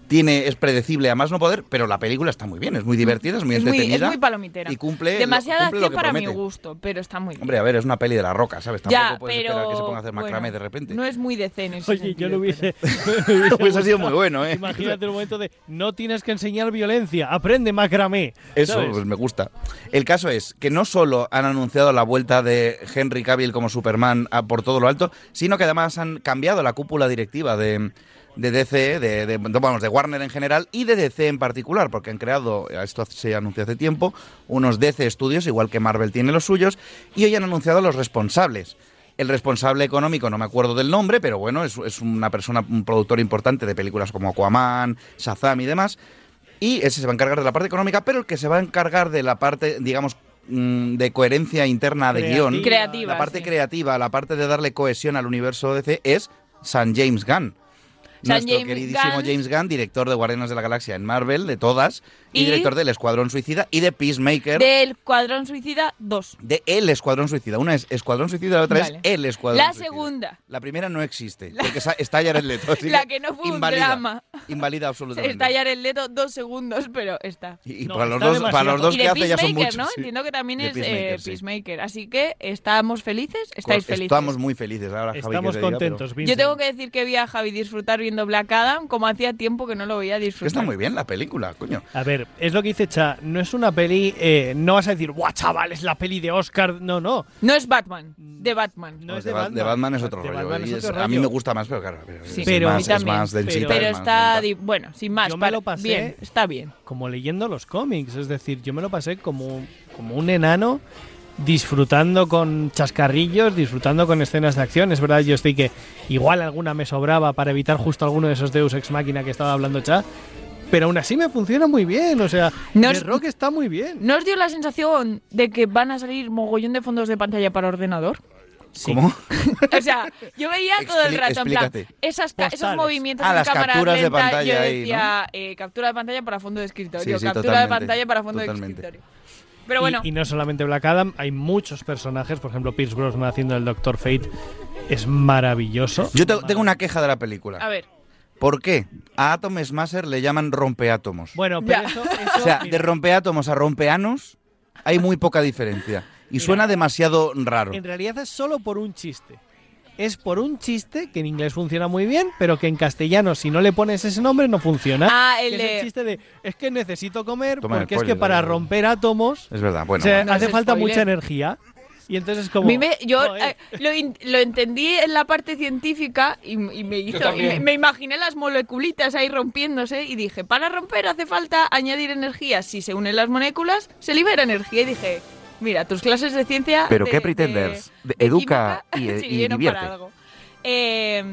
tiene, es predecible a más no poder, pero la película está muy bien, es muy divertida, es muy
es, muy,
entretenida.
es muy palomitera.
y cumple lo-
Demasiada
cumple lo
acción
que
para mi
promete.
gusto, pero está muy bien.
Hombre, a ver, es una peli de la roca, ¿sabes? Tampoco
ya,
puedes
pero.
esperar que se ponga a hacer
bueno,
macramé de repente.
No es muy de cena. en ese
Oye, yo
sentido,
lo hubiese.
Hubiese sido muy bueno, ¿eh?
Imagínate un momento de no tienes que enseñar violencia, aprende macramé.
Eso
¿sabes?
pues, me gusta. El caso es que no solo han anunciado la vuelta de Henry Cavill como Superman a por todo lo alto, sino que además han cambiado la cúpula directiva de, de DC, de, de- vamos, de Warner en general y de DC en particular, porque han creado, esto se anunció hace tiempo, unos DC estudios, igual que Marvel tiene los suyos, y hoy han anunciado los responsables. El responsable económico, no me acuerdo del nombre, pero bueno, es, es una persona, un productor importante de películas como Aquaman, Shazam y demás. Y ese se va a encargar de la parte económica, pero el que se va a encargar de la parte, digamos, mm, de coherencia interna de
Creativa.
guión,
Creativa,
la parte
sí.
creativa, la parte de darle cohesión al universo DC es San James Gunn.
San
Nuestro
James
queridísimo
Gunn.
James Gunn, director de Guardianes de la Galaxia en Marvel, de todas, y,
Y-
director del Escuadrón Suicida y de Peacemaker.
Del Cuadrón Suicida 2.
de El Escuadrón Suicida. Una es Escuadrón Suicida, la otra
Vale.
es El Escuadrón
La
Suicida.
segunda,
La primera no existe, porque sa- está Jared Leto. así
la que no fue
invalida,
un drama.
Invalida absolutamente.
Estallar el dedo dos segundos, pero está.
Y, y
No,
para, los
está
dos, para
demasiado.
los dos
y
que
de
hace ya son
Peacemaker,
muchos.
¿no?
sí.
Entiendo que también
De
es eh,
Peacemaker, sí. Pues
Peacemaker. Así que, ¿estamos felices? ¿Estáis felices?
Estamos muy felices ahora, Javi. que
Estamos
te diga, pero-
contentos,
Yo tengo que decir que vi a Javi disfrutar viendo Black Adam como hacía tiempo que no lo veía
Que está
disfrutar.
muy bien la película, coño.
A ver, es lo que dice Cha, no es una peli, eh, no vas a decir, guau, chaval, es la peli de Oscar, no, no.
No es Batman, de Batman.
No es
de,
de
Ba-
Batman.
de Batman es otro
De
rollo.
Batman
y
es otro
es- A mí
rollo.
me gusta más, pero claro. pero
Sí,
es,
Pero a mí
más, es
también.
más densita.
Pero
es más
está,
lenta.
di- bueno, sin más,
Yo me
vale,
lo pasé-
bien, está bien.
Como leyendo los cómics, es decir, yo me lo pasé como, como un enano disfrutando con chascarrillos, disfrutando con escenas de acción. Es verdad, yo estoy que igual alguna me sobraba para evitar justo alguno de esos Deus Ex Máquina que estaba hablando Cha, pero aún así me funciona muy bien, o sea,
No
The
es-
Rock está muy bien.
¿No os dio la sensación de que van a salir mogollón de fondos de pantalla para ordenador?
¿Cómo?
O sea, yo veía todo el
Expli-
rato en plan,
explícate.
esas ca- esos
Postales.
movimientos
Ah,
de
las
cámara
capturas de
lenta,
pantalla
yo
ahí,
decía, eh, captura de pantalla para fondo de escritorio,
Sí, sí,
captura de
totalmente,
pantalla para fondo
totalmente.
de escritorio. Pero bueno,
Y, y no solamente Black Adam, hay muchos personajes, por ejemplo, Pierce Brosnan haciendo el Doctor Fate es maravilloso.
Yo te- tengo una queja de la película.
a ver,
¿Por qué? A Atom Smasher le llaman rompeátomos.
Bueno, pero
Ya.
eso,
O
eso-
sea,
mira,
de rompeátomos a rompeanos hay muy poca diferencia. Y suena demasiado raro.
en realidad es solo por un chiste. Es por un chiste que en inglés funciona muy bien, pero que en castellano, si no le pones ese nombre, no funciona.
Ah, el
Que es
de-
chiste de es que necesito comer
Toma,
porque es
spoiler,
que para
dale.
romper átomos
Es verdad, bueno.
o sea,
vale.
No
hace
es
falta
spoiler.
mucha energía. Y entonces es
a
como.
mí me- yo
joder,
eh, lo, in- lo entendí en la parte científica y, y me hizo, y me,
también.
me imaginé las moleculitas ahí rompiéndose y dije, para romper hace falta añadir energía, si se unen las moléculas se libera energía y dije, mira, tus clases de ciencia...
Pero
de-
qué
de-
pretenders, de-
de
educa
química
y- y
sirvieron para
divierte.
algo. Eh,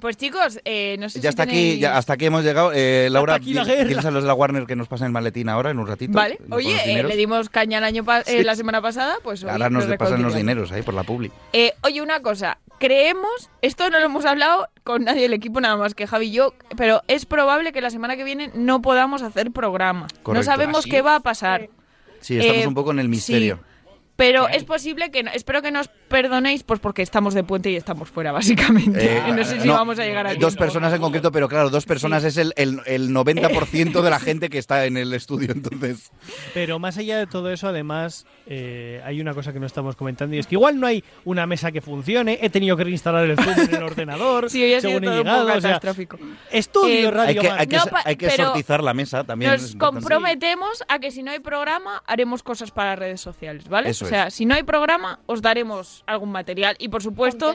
pues chicos, eh, no sé
Ya
si
está aquí,
tenéis-
ya hasta aquí hemos llegado. Eh, Laura,
Hasta aquí la
di-
guerra.
diles a los de la Warner que nos pasen el maletín ahora en un ratito.
Vale,
con los
oye, eh,
dineros.
le dimos caña el año pa- eh,
Sí.
la semana pasada, pues hoy
Ahora nos de- pasan los
recondicionamos.
dineros ahí por la publi.
Eh, oye, una cosa. Creemos, esto no lo hemos hablado con nadie del equipo, nada más que Javi y yo, pero es probable que la semana que viene no podamos hacer programa.
Correcto.
No sabemos
Así
qué va a pasar.
Sí, estamos
Eh,
un poco en el
sí.
misterio.
Pero es posible que, no- espero que no os perdonéis, pues porque estamos de puente y estamos fuera, básicamente.
Eh,
no sé si
no,
vamos a llegar a
Dos personas en concreto, pero claro, dos personas es el, el, el 90% de la gente que está en el estudio, entonces.
Pero más allá de todo eso, además, eh, hay una cosa que no estamos comentando y es que igual no hay una mesa que funcione. He tenido que reinstalar el Zoom en el ordenador.
Sí, hoy ha sido
según he
todo un
llegado.
poco
o sea,
catastrófico.
estudio
Eh,
radio.
Hay que,
Marca.
hay que,
No, pa-
hay que
pero
sortizar la mesa también. es
Nos
importante.
comprometemos a que si no hay programa, haremos cosas para redes sociales, ¿vale?
Eso
o sea,
es.
si no hay programa, os daremos algún material. Y por supuesto,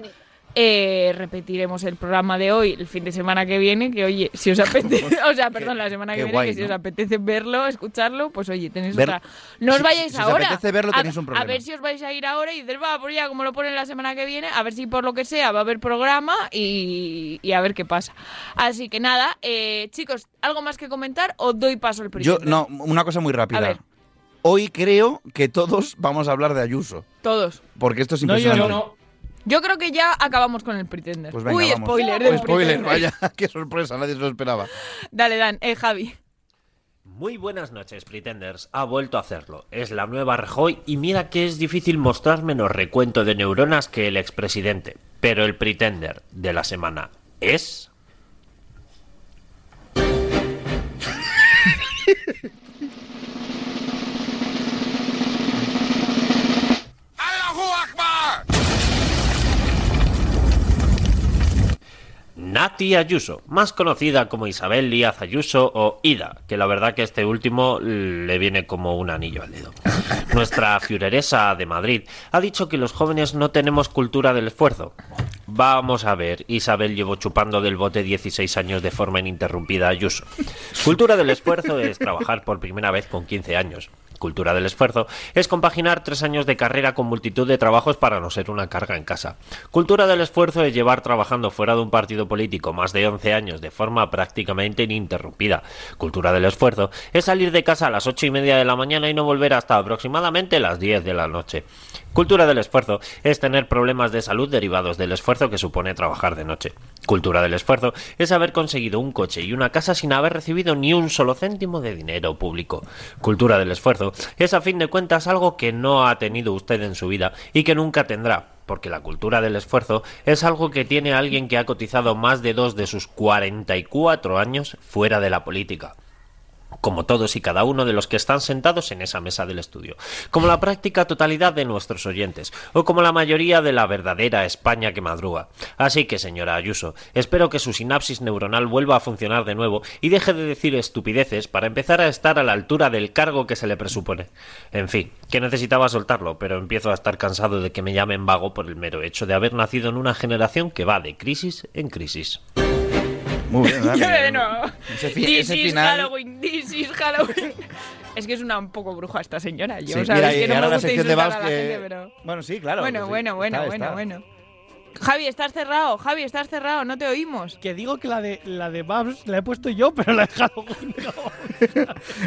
eh, repetiremos el programa de hoy el fin de semana que viene. Que oye, si os apetece, o sea, perdón, la semana que
qué
viene,
guay,
que si
¿no?
os apetece verlo, escucharlo, pues oye, tenéis
Ver-
otra. No os
si-
vayáis
si os
ahora.
apetece verlo,
A-
tenéis un
A
problema.
ver si os vais a ir ahora y dices, va, pues ya, como lo ponen la semana que viene, a ver si por lo que sea va a haber programa y, y a ver qué pasa. Así que nada, eh, chicos, ¿algo más que comentar o doy paso al
Yo,
primero?
no, una cosa muy
A ver.
rápida. Hoy creo que todos vamos a hablar de Ayuso,
Todos.
porque esto es
No, yo
impresionante.
no.
Yo creo que ya acabamos con el Pretender.
Pues venga,
Uy,
vamos.
spoiler. del
spoiler,
Pretender.
vaya, qué sorpresa, nadie se lo esperaba.
Dale, Dan, eh, Javi.
Muy buenas noches, Pretenders. Ha vuelto a hacerlo. Es la nueva Rajoy y mira que es difícil mostrar menos recuento de neuronas que el expresidente. Pero el Pretender de la semana es... Nati Ayuso, más conocida como Isabel Díaz Ayuso o Ida, que la verdad que este último le viene como un anillo al dedo. Nuestra fioreresa de Madrid ha dicho que los jóvenes no tenemos cultura del esfuerzo. Vamos a ver, Isabel llevó chupando del bote 16 años de forma ininterrumpida a Ayuso. Cultura del esfuerzo es trabajar por primera vez con 15 años. Cultura del esfuerzo es compaginar tres años de carrera con multitud de trabajos para no ser una carga en casa. Cultura del esfuerzo es llevar trabajando fuera de un partido político más de 11 años de forma prácticamente ininterrumpida. Cultura del esfuerzo es salir de casa a las 8 y media de la mañana y no volver hasta aproximadamente las 10 de la noche. Cultura del esfuerzo es tener problemas de salud derivados del esfuerzo que supone trabajar de noche. Cultura del esfuerzo es haber conseguido un coche y una casa sin haber recibido ni un solo céntimo de dinero público. Cultura del esfuerzo es a fin de cuentas algo que no ha tenido usted en su vida y que nunca tendrá, porque la cultura del esfuerzo es algo que tiene alguien que ha cotizado más de dos de sus 44 años fuera de la política como todos y cada uno de los que están sentados en esa mesa del estudio, como la práctica totalidad de nuestros oyentes, o como la mayoría de la verdadera España que madruga. Así que, señora Ayuso, espero que su sinapsis neuronal vuelva a funcionar de nuevo y deje de decir estupideces para empezar a estar a la altura del cargo que se le presupone. En fin, que necesitaba soltarlo, pero empiezo a estar cansado de que me llamen vago por el mero hecho de haber nacido en una generación que va de crisis en crisis.
Muy bien,
Bueno,
Ese fi-
this
ese
is
final-
Halloween, this is Halloween. es que es una un poco bruja esta señora. Yo,
Sí,
o sea,
mira,
es que
y
no
ahora
me
la
gusta
sección de
insultar
Babs
a la
que-
gente, pero...
Bueno, sí, claro. pues
Bueno,
sí,
bueno, bueno,
está,
bueno,
está.
bueno. Javi, estás cerrado. Javi, estás cerrado. No te oímos.
Que digo que la de, la de Babs la he puesto yo, pero la he dejado.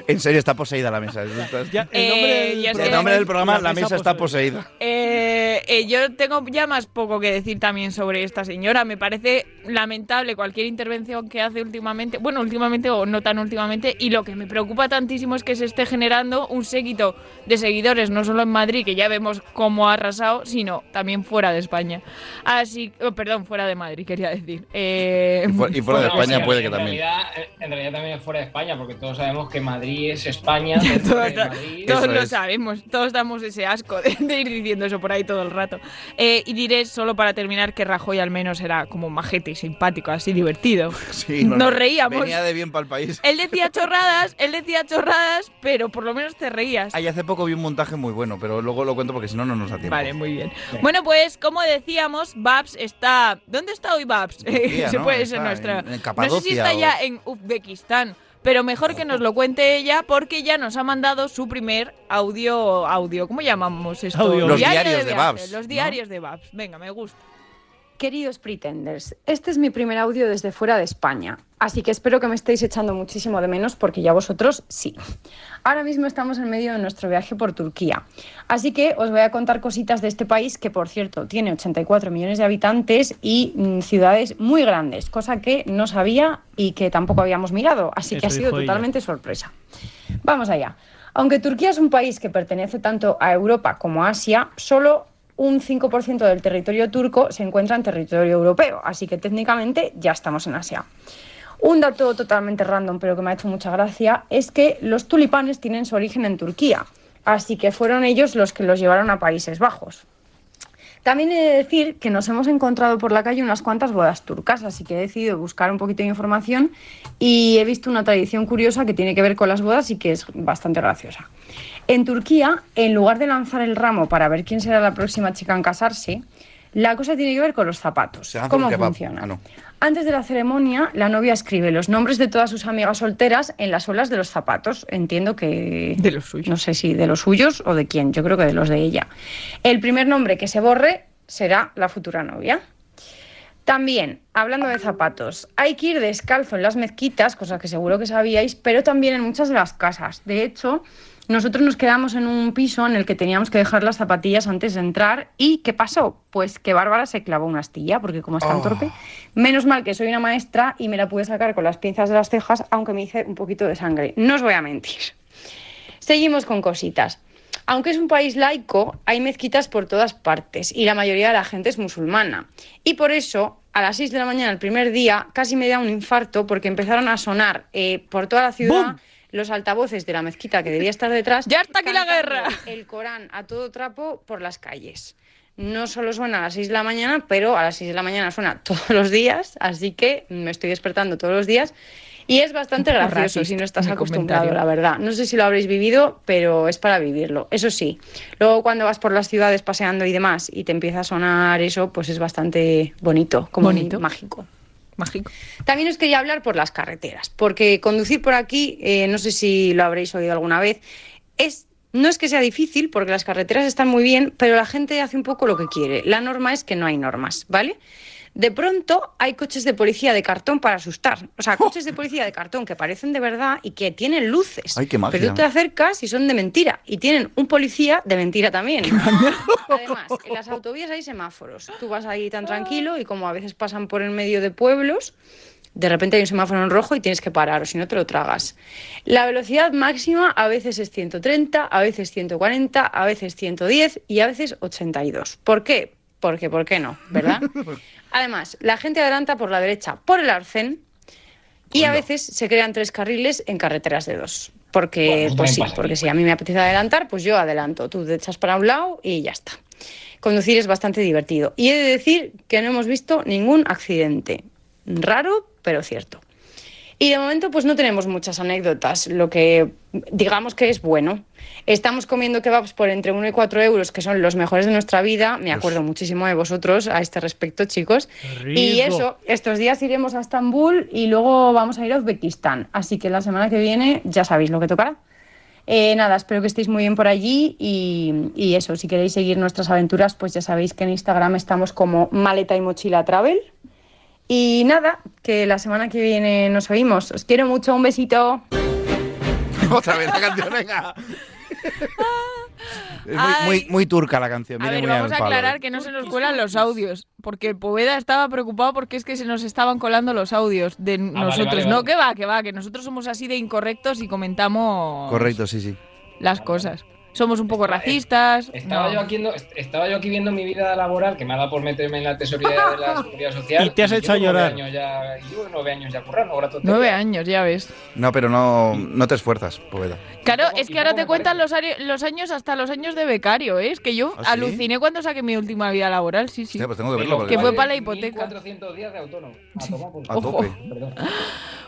En serio, está poseída la mesa. Está-
Ya,
Eh,
el nombre del
ya sé.
el nombre del programa, la mesa está poseída.
Eh, eh, yo tengo ya más poco que decir también sobre esta señora. Me parece lamentable cualquier intervención que hace últimamente, bueno, últimamente o no tan últimamente, y lo que me preocupa tantísimo es que se esté generando un séquito de seguidores, no solo en Madrid, que ya vemos cómo ha arrasado, sino también fuera de España. Así, oh, perdón, fuera de Madrid, quería decir. Eh,
Y fu- y fuera de
Bueno,
España
en
puede que
realidad-
también.
En realidad, eh, en realidad también es fuera de España, porque todos sabemos que Madrid es España. dentro de Madrid-
Todos lo sabemos, todos damos ese asco de, de ir diciendo eso por ahí todo el rato. Eh, y diré solo para terminar que Rajoy al menos era como majete y simpático, así divertido.
Sí, no,
Nos
no,
reíamos.
Venía de bien para el país.
Él decía chorradas, él decía chorradas, pero por lo menos te reías.
Ay, hace poco vi un montaje muy bueno, pero luego lo cuento porque si no, no nos da tiempo.
Vale, muy bien. Bueno, pues como decíamos, Babs está. ¿Dónde está hoy Babs?
Turquía,
Se
¿no?
puede
Está
ser nuestra.
en- en
no sé si
Capadocia
está
o-
ya en Uzbekistán, pero mejor que nos lo cuente ella porque ya nos ha mandado su primer audio. audio ¿Cómo llamamos esto?
Audio. Los diarios de
viaje,
Babs,
Los
¿no?
diarios de Babs. Venga, me gusta.
Queridos Pretenders, este es mi primer audio desde fuera de España, así que espero que me estéis echando muchísimo de menos porque ya vosotros sí. Ahora mismo estamos en medio de nuestro viaje por Turquía, así que os voy a contar cositas de este país que, por cierto, tiene 84 millones de habitantes y mm, ciudades muy grandes, cosa que no sabía y que tampoco habíamos mirado, así que
Eso
ha sido
dijo ella.
totalmente sorpresa. Vamos allá. Aunque Turquía es un país que pertenece tanto a Europa como a Asia, solo un 5% del territorio turco se encuentra en territorio europeo, así que técnicamente ya estamos en Asia. Un dato totalmente random, pero que me ha hecho mucha gracia, es que los tulipanes tienen su origen en Turquía, así que fueron ellos los que los llevaron a Países Bajos. También he de decir que nos hemos encontrado por la calle unas cuantas bodas turcas, así que he decidido buscar un poquito de información y he visto una tradición curiosa que tiene que ver con las bodas y que es bastante graciosa. En Turquía, en lugar de lanzar el ramo para ver quién será la próxima chica en casarse, la cosa tiene que ver con los zapatos.
Se lanza
¿Cómo
un kebab.
funciona?
Ah, no.
Antes de la ceremonia, la novia escribe los nombres de todas sus amigas solteras en las suelas de los zapatos. Entiendo que. De los suyos. No sé si de los suyos o de quién. Yo creo que de los de ella. El primer nombre que se borre será la futura novia. También, hablando de zapatos, hay que ir descalzo en las mezquitas, cosa que seguro que sabíais, pero también en muchas de las casas. De hecho, nosotros nos quedamos en un piso en el que teníamos que dejar las zapatillas antes de entrar. ¿Y qué pasó? Pues que Bárbara se clavó una astilla, porque como es tan
Oh.
torpe, menos mal que soy una maestra y me la pude sacar con las pinzas de las cejas, aunque me hice un poquito de sangre. No os voy a mentir. Seguimos con cositas. Aunque es un país laico, hay mezquitas por todas partes y la mayoría de la gente es musulmana. Y por eso, a las 6 de la mañana el primer día, casi me da un infarto porque empezaron a sonar eh, por toda la ciudad los altavoces de la mezquita que debía estar detrás. ¡Ya está aquí la guerra! El Corán a todo trapo por las calles. No solo suena a las 6 de la mañana, pero a las 6 de la mañana suena todos los días, así que me estoy despertando todos los días. Y es bastante
Un poco
gracioso si
racista
no estás
mi
acostumbrado,
comentario.
la verdad. No sé si lo habréis vivido, pero es para vivirlo. Eso sí, luego cuando vas por las ciudades paseando y demás y te empieza a sonar eso, pues es bastante bonito, como
Bonito.
mágico. Mágico. También os quería hablar por las carreteras, porque conducir por aquí, eh, no sé si lo habréis oído alguna vez, es no es que sea difícil, porque las carreteras están muy bien, pero la gente hace un poco lo que quiere. La norma es que no hay normas, ¿vale? De pronto hay coches de policía de cartón para asustar. O
Oh.
sea, coches de policía de cartón que parecen de verdad y que tienen luces.
Ay, qué magia.
Pero tú te acercas y son de mentira. Y tienen un policía de mentira también. Además, en las autovías hay semáforos. Tú vas ahí
Ah.
tan tranquilo y como a veces pasan por el medio de pueblos, de repente hay un semáforo en rojo y tienes que parar, o si no te lo tragas. La velocidad máxima a veces es 130, a veces 140, a veces 110 y a veces 82. ¿Por qué? Porque, ¿por qué no? ¿Verdad? Además, la gente adelanta por la derecha por el arcén y a veces se crean tres carriles en carreteras de dos. Porque,
eso
pues
también
sí,
pasa.
porque si a mí me apetece adelantar, pues yo adelanto. Tú te echas para un lado y ya está. Conducir es bastante divertido. Y he de decir que no hemos visto ningún accidente. Raro, pero cierto. Y de momento, pues no tenemos muchas anécdotas, lo que digamos que es bueno. Estamos comiendo kebabs por entre 1 y 4 euros, que son los mejores de nuestra vida. Me acuerdo muchísimo de vosotros a este respecto, chicos. Y
rico.
eso, estos días iremos a Estambul y luego vamos a ir a Uzbekistán. Así que la semana que viene ya sabéis lo que tocará. Eh, nada, espero que estéis muy bien por allí y, y eso, si queréis seguir nuestras aventuras, pues ya sabéis que en Instagram estamos como maleta y mochila travel. Y nada, que la semana que viene nos oímos. Os quiero mucho, un besito.
Otra vez la canción, venga. Es muy, muy, muy turca la canción.
A
viene
ver,
muy eh.
vamos
al
a
palo.
aclarar que no se nos cuelan los audios, porque Poveda estaba preocupado porque es que se nos estaban colando los audios de nosotros.
Ah, vale,
No,
vale.
que va, que va, que nosotros somos así de incorrectos y comentamos
Correcto, sí, sí.
las cosas. Somos un poco racistas.
Estaba,
no.
yo aquí, no- est- estaba yo aquí viendo mi vida laboral, que me ha dado por meterme en la tesorería de la seguridad social.
Y te has hecho
llevo nueve
llorar.
años ya- y llevo nueve años ya currando, ahora todo-
Nueve años, ya ves.
No, pero no, no te esfuerzas, Poveda.
Claro, es que ahora te cuentan los, ari- los años hasta los años de becario, ¿eh? Es que yo
¿Ah, sí?
aluciné cuando saqué mi última vida laboral, sí, sí.
Hostia, pues tengo que verlo, porque
que fue
vale.
para la hipoteca.
400 días de autónomo. A tomar por-
A
Ojo.
tope.
Perdón.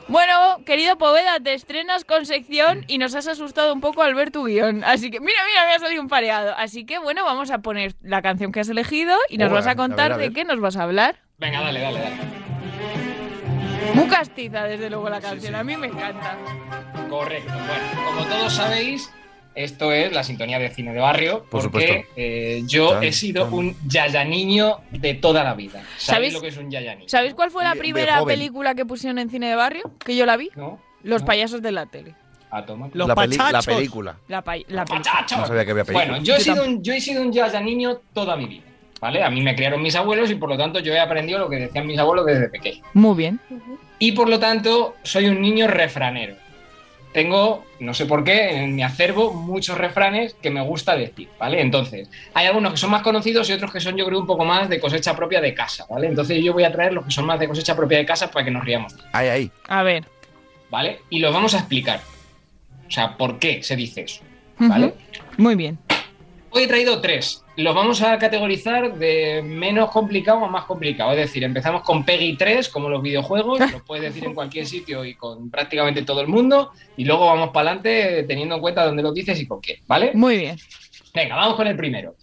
Bueno, querido Poveda, te estrenas con sección y nos has asustado un poco al ver tu guión. Así que, mira, mira, me has salido un pareado. Así que, bueno, vamos a poner la canción que has elegido y nos
Hola,
vas a
a
contar
ver, a
de
ver.
qué nos vas a hablar.
Venga, dale, dale, dale.
Muy castiza, desde luego, la canción. A mí me encanta.
Correcto. Bueno, como todos sabéis, esto es la sintonía de cine de barrio,
Por
porque
supuesto.
eh, yo
Tan,
he sido
tan.
un yaya niño de toda la vida. ¿Sabéis,
¿Sabéis?
lo que es un yaya niño?
¿Sabéis cuál fue la
de
primera
joven.
película que pusieron en cine de barrio? Que yo la vi. Los payasos de la tele.
A tomar.
Los La peli- la pachachos. película.
La, pa- la película.
No sabía que había película.
Bueno, yo he,
Yo
sido
tampoco.
un, yo he sido un yaya niño toda mi vida. ¿Vale? A mí me criaron mis abuelos y por lo tanto yo he aprendido lo que decían mis abuelos desde pequeño.
Muy bien.
Y por lo tanto soy un niño refranero. tengo, no sé por qué, en mi acervo muchos refranes que me gusta decir, ¿vale? Entonces, hay algunos que son más conocidos y otros que son, yo creo, un poco más de cosecha propia de casa, ¿vale? Entonces yo voy a traer los que son más de cosecha propia de casa para que nos riamos.
Ahí, ahí.
A ver.
¿Vale? Y los vamos a explicar. O sea, ¿por qué se dice eso? ¿Vale?
Ujú. Muy bien.
Hoy he traído tres. Los vamos a categorizar de menos complicado a más complicado. Es decir, empezamos con Peggy 3, como los videojuegos, lo puedes decir en cualquier sitio y con prácticamente todo el mundo. Y luego vamos para adelante teniendo en cuenta dónde lo dices y con qué, ¿vale?
Muy bien.
Venga, vamos con el primero.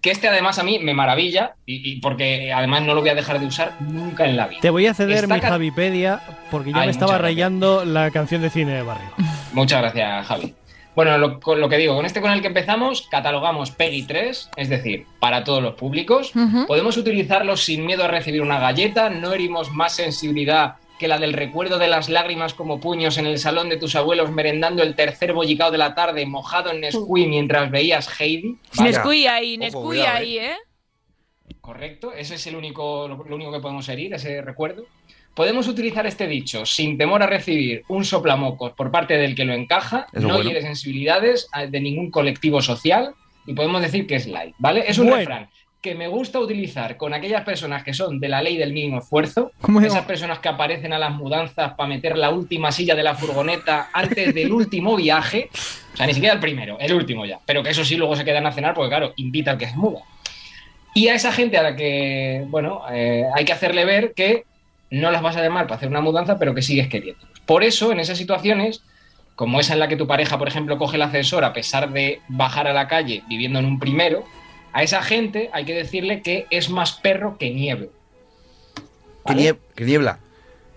Que este además a mí me maravilla y, y porque además no lo voy a dejar de usar nunca en la vida.
Te voy a ceder
Está
mi
ca-
Javipedia porque yo
Ay,
me estaba
muchas gracias.
rayando la canción de cine de barrio.
Muchas gracias, Javi. Bueno, lo, con lo que digo, con este con el que empezamos, catalogamos Peggy 3, es decir, para todos los públicos.
Ujú.
Podemos utilizarlo sin miedo a recibir una galleta, no herimos más sensibilidad que la del recuerdo de las lágrimas como puños en el salón de tus abuelos merendando el tercer bollicao de la tarde mojado en Nesquí mientras veías Heidi. Vale.
Nescuí ahí,
Ojo,
Nescuí
cuidado,
ahí, ¿eh?
Correcto, ese es el único, lo, lo único que podemos herir, ese recuerdo. Podemos utilizar este dicho sin temor a recibir un soplamocos por parte del que lo encaja,
Eso
no
bueno.
hiere sensibilidades a- de ningún colectivo social y podemos decir que es light, ¿vale? Es un
Bueno.
refrán que me gusta utilizar con aquellas personas que son de la ley del mínimo esfuerzo,
¿Cómo
esas personas que aparecen a las mudanzas para meter la última silla de la furgoneta antes del último viaje, o sea, ni siquiera el primero, el último ya, pero que eso sí luego se quedan a cenar porque claro, invita al que se muda. Y a esa gente a la que, bueno, eh, hay que hacerle ver que no las vas a llamar para hacer una mudanza, pero que sigues queriendo. Por eso, en esas situaciones, como esa en la que tu pareja, por ejemplo, coge el ascensor a pesar de bajar a la calle viviendo en un primero, a esa gente hay que decirle que es más perro que nieve.
Que, nie- que niebla.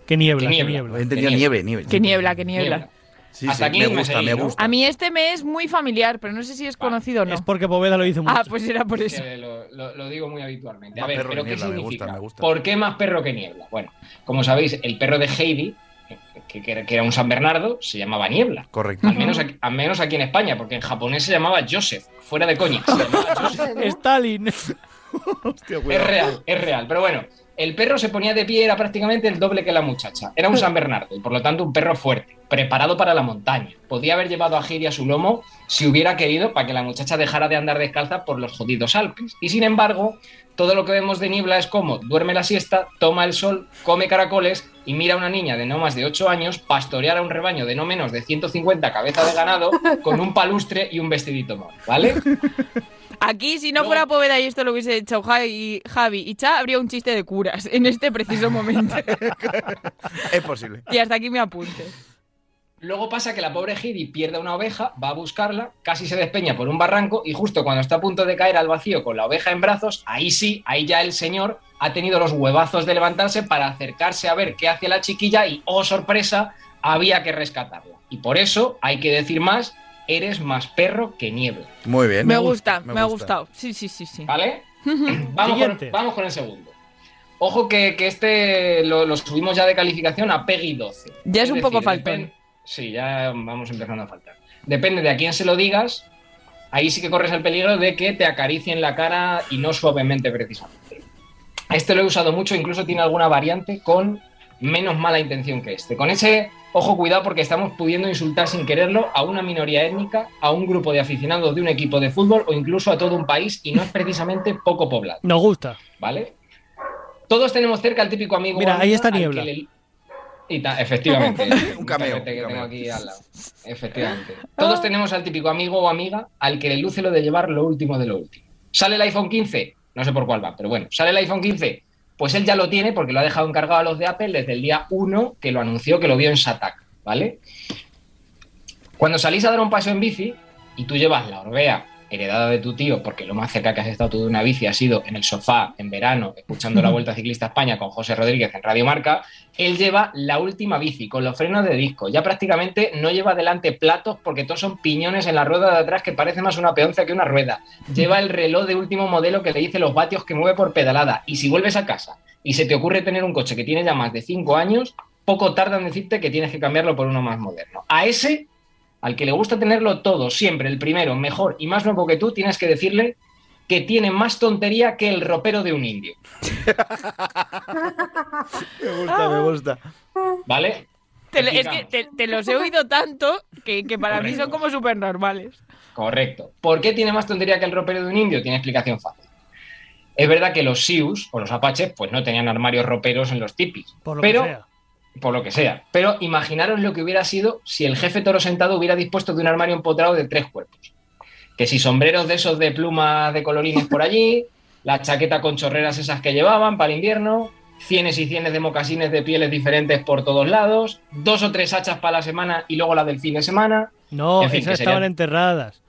Que niebla,
Que
que
niebla.
niebla.
He entendido
Que
nieve, nieve.
Que niebla, que niebla.
Sí,
Hasta
sí,
aquí
me
me
gusta,
seguí,
me
¿no?
gusta.
A mí este me es muy familiar, pero no sé si es conocido o no.
Es porque Poveda lo hizo mucho.
Ah, pues era por eso.
Que Lo, lo- lo digo muy habitualmente. A
Más
ver,
perro
¿pero
que
qué
niebla, me gusta,
significa?
me gusta.
¿Por qué más perro que niebla? Bueno, como sabéis, el perro de Heidi, que- que- que era un San Bernardo, se llamaba Niebla.
Correcto.
Al menos, aquí, al menos aquí en España, porque en japonés se llamaba Joseph, fuera de coña. se llamaba Joseph.
Stalin.
es real, es real. Pero bueno, el perro se ponía de pie, era prácticamente el doble que la muchacha. Era un San Bernardo y por lo tanto un perro fuerte, preparado para la montaña. Podía haber llevado a Heidi a su lomo si hubiera querido para que la muchacha dejara de andar descalza por los jodidos Alpes. Y sin embargo, todo lo que vemos de Niebla es como duerme la siesta, toma el sol, come caracoles y mira a una niña de no más de 8 años pastorear a un rebaño de no menos de 150 cabezas de ganado con un palustre y un vestidito mono, ¿vale?
Aquí, si no fuera Poveda y esto lo hubiese hecho Javi, Javi y Cha, habría un chiste de curas en este preciso momento. Ah.
Es posible.
y hasta aquí me apunte.
Luego pasa que la pobre Heidi pierde una oveja, va a buscarla, casi se despeña por un barranco y justo cuando está a punto de caer al vacío con la oveja en brazos, ahí sí, ahí ya el señor ha tenido los huevazos de levantarse para acercarse a ver qué hace la chiquilla y, oh sorpresa, había que rescatarla. Y por eso hay que decir más, eres más perro que niebla,
Muy bien.
Me gusta, me, ha gustado. Sí, sí, sí, sí.
¿vale? Vamos con,
Siguiente.
vamos con el segundo. Ojo que, que este lo, lo subimos ya de calificación a Peggy 12.
Ya es un poco faltón.
depen- Sí, ya vamos empezando a faltar. Depende de a quién se lo digas, ahí sí que corres el peligro de que te acaricien la cara y no suavemente precisamente. Este lo he usado mucho, incluso tiene alguna variante con menos mala intención que este. Con ese, ojo, cuidado porque estamos pudiendo insultar sin quererlo a una minoría étnica, a un grupo de aficionados de un equipo de fútbol o incluso a todo un país y no es precisamente poco poblado.
Nos gusta.
¿vale? Todos tenemos cerca al típico amigo. o
Mira, ahí
amiga
está
al que
Niebla.
le- Y ta- efectivamente.
Un
Justamente
cameo,
que
un
tengo
cameo.
aquí al lado. Efectivamente. Todos tenemos al típico amigo o amiga al que le luce lo de llevar lo último de lo último. ¿Sale el iPhone 15? No sé por cuál va, pero bueno, ¿sale el iPhone 15? Pues él ya lo tiene porque lo ha dejado encargado a los de Apple desde el día 1 que lo anunció, que lo vio en Satak, ¿vale? Cuando salís a dar un paseo en bici y tú llevas la Orbea heredada de tu tío, porque lo más cerca que has estado tú de una bici ha sido en el sofá en verano, escuchando la Vuelta Ciclista a España con José Rodríguez en Radio Marca, él lleva la última bici con los frenos de disco. Ya prácticamente no lleva delante platos porque todos son piñones en la rueda de atrás que parece más una peonza que una rueda. Lleva el reloj de último modelo que le dice los vatios que mueve por pedalada. Y si vuelves a casa y se te ocurre tener un coche que tiene ya más de 5 años, poco tarda en decirte que tienes que cambiarlo por uno más moderno. A ese al que le gusta tenerlo todo, siempre el primero, mejor y más nuevo que tú, tienes que decirle que tiene más tontería que el ropero de un indio,
Me gusta, me gusta.
¿vale?
Te, lo- es que te, te los he oído tanto que, que para mí son como súper normales.
Correcto. ¿Por qué tiene más tontería que el ropero de un indio? Tiene explicación fácil. Es verdad que los Sioux o los Apaches pues no tenían armarios roperos en los tipis.
Por lo
pero,
que sea.
Por lo que sea. Pero imaginaros lo que hubiera sido si el jefe toro sentado hubiera dispuesto de un armario empotrado de tres cuerpos. Que si sombreros de esos de plumas de colorines por allí, la chaqueta con chorreras esas que llevaban para el invierno, cienes y cienes de mocasines de pieles diferentes por todos lados, dos o tres hachas para la semana y luego la del fin de semana.
No,
En fin,
esas
que sería-
estaban enterradas.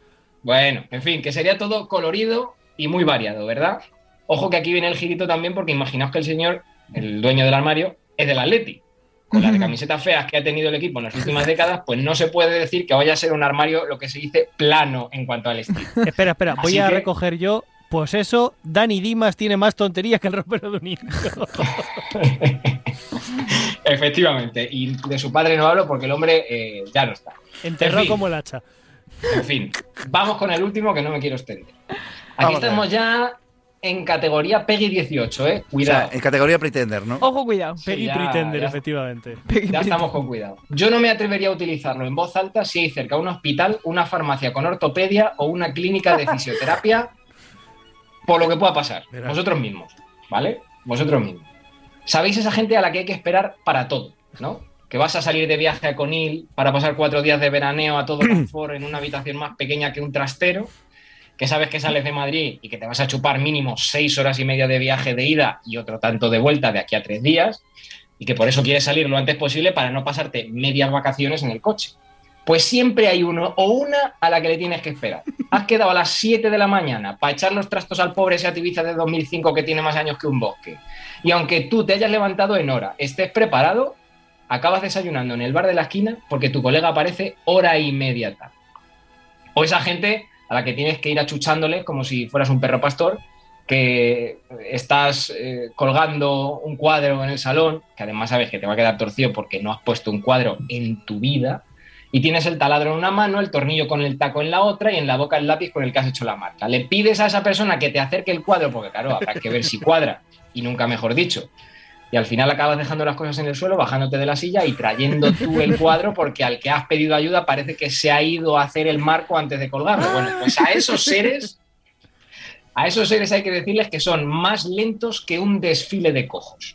Bueno, en fin, que sería todo colorido y muy variado, ¿verdad? Ojo que aquí viene el girito también, porque imaginaos que el señor, el dueño del armario, es del Atleti. Con las de camisetas feas que ha tenido el equipo en las últimas décadas, pues no se puede decir que vaya a ser un armario lo que se dice plano en cuanto al estilo.
Espera, espera, voy
Así
a
que-
recoger yo. Pues eso, Dani Dimas tiene más tonterías que el ropero de un indio.
Efectivamente. Y de su padre no hablo porque el hombre eh, ya no está.
Enterrado
En fin.
como el hacha.
En fin, vamos con el último que no me quiero extender. Aquí
Vamos allá.
estamos ya en categoría Peggy 18, ¿eh? Cuidado.
O sea, en categoría pretender, ¿no?
Ojo, cuidado.
Peggy
ya,
Pretender,
ya.
efectivamente.
Ya estamos con cuidado. Yo no me atrevería a utilizarlo en voz alta si hay cerca un hospital, una farmacia con ortopedia o una clínica de fisioterapia, por lo que pueda pasar. Vosotros mismos, ¿vale? Vosotros mismos. Sabéis esa gente a la que hay que esperar para todo, ¿no? Que vas a salir de viaje a Conil para pasar cuatro días de veraneo a todo confort en una habitación más pequeña que un trastero, que sabes que sales de Madrid y que te vas a chupar mínimo seis horas y media de viaje de ida y otro tanto de vuelta de aquí a tres días, y que por eso quieres salir lo antes posible para no pasarte medias vacaciones en el coche. Pues siempre hay uno o una a la que le tienes que esperar. Has quedado a las 7 de la mañana para echar los trastos al pobre ese activista de 2005 que tiene más años que un bosque. Y aunque tú te hayas levantado en hora, estés preparado, acabas desayunando en el bar de la esquina porque tu colega aparece hora y media tarde. O esa gente a la que tienes que ir achuchándoles como si fueras un perro pastor que estás eh, colgando un cuadro en el salón, que además sabes que te va a quedar torcido porque no has puesto un cuadro en tu vida, y tienes el taladro en una mano, el tornillo con el taco en la otra y en la boca el lápiz con el que has hecho la marca. Le pides a esa persona que te acerque el cuadro, porque claro, habrá que ver si cuadra, y nunca mejor dicho. Y al final acabas dejando las cosas en el suelo, bajándote de la silla y trayendo tú el cuadro porque al que has pedido ayuda parece que se ha ido a hacer el marco antes de colgarlo. Bueno, pues a esos seres a esos seres hay que decirles que son más lentos que un desfile de cojos.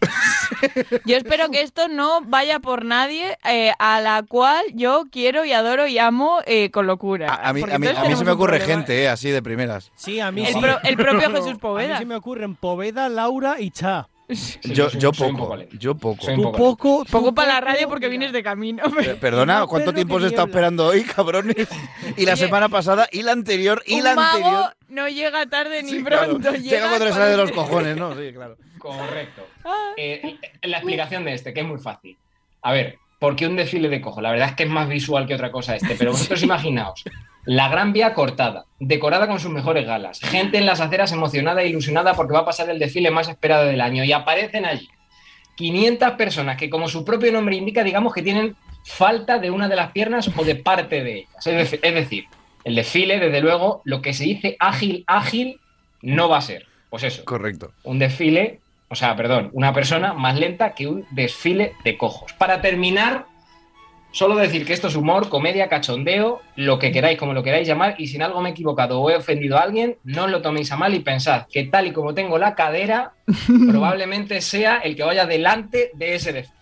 Yo espero que esto no vaya por nadie eh, a la cual yo quiero y adoro y amo eh, con locura.
A mí,
Porque
a mí-
entonces
a mí se
tenemos
me
un
ocurre
problema.
gente, eh, así de primeras.
Sí, a mí
El
sí.
pro- el propio Jesús
A
Poveda.
mí se me ocurren Poveda, Laura y Cha.
yo, yo
soy un
poco, yo poco.
Tú poco. tú
Poco para la radio porque vienes de camino.
Eh, Perdona, ¿cuánto tiempo se está esperando hoy, cabrones? Y la
Oye,
semana pasada, y la anterior, y
Un
la
mago
anterior.
no llega tarde ni
Sí, claro.
pronto. este.
Llega cuando le sale de los cojones, ¿no? Sí, claro.
Correcto.
Ah.
Eh, la explicación de este, que es muy fácil. A ver, ¿por qué un desfile de cojos? La verdad es que es más visual que otra cosa este, pero vosotros imaginaos. La gran vía cortada, decorada con sus mejores galas, gente en las aceras emocionada e ilusionada porque va a pasar el desfile más esperado del año y aparecen allí 500 personas que como su propio nombre indica, digamos que tienen falta de una de las piernas o de parte de ellas. Es, deci- es decir, el desfile, desde luego, lo que se dice ágil, ágil, no va a ser. Pues eso.
Correcto.
Un desfile, o sea, perdón, una persona más lenta que un desfile de cojos. Para terminar, solo decir que esto es humor, comedia, cachondeo, lo que queráis, como lo queráis llamar, y si en algo me he equivocado o he ofendido a alguien, no os lo toméis a mal y pensad que tal y como tengo la cadera, probablemente sea el que vaya delante de ese desfile.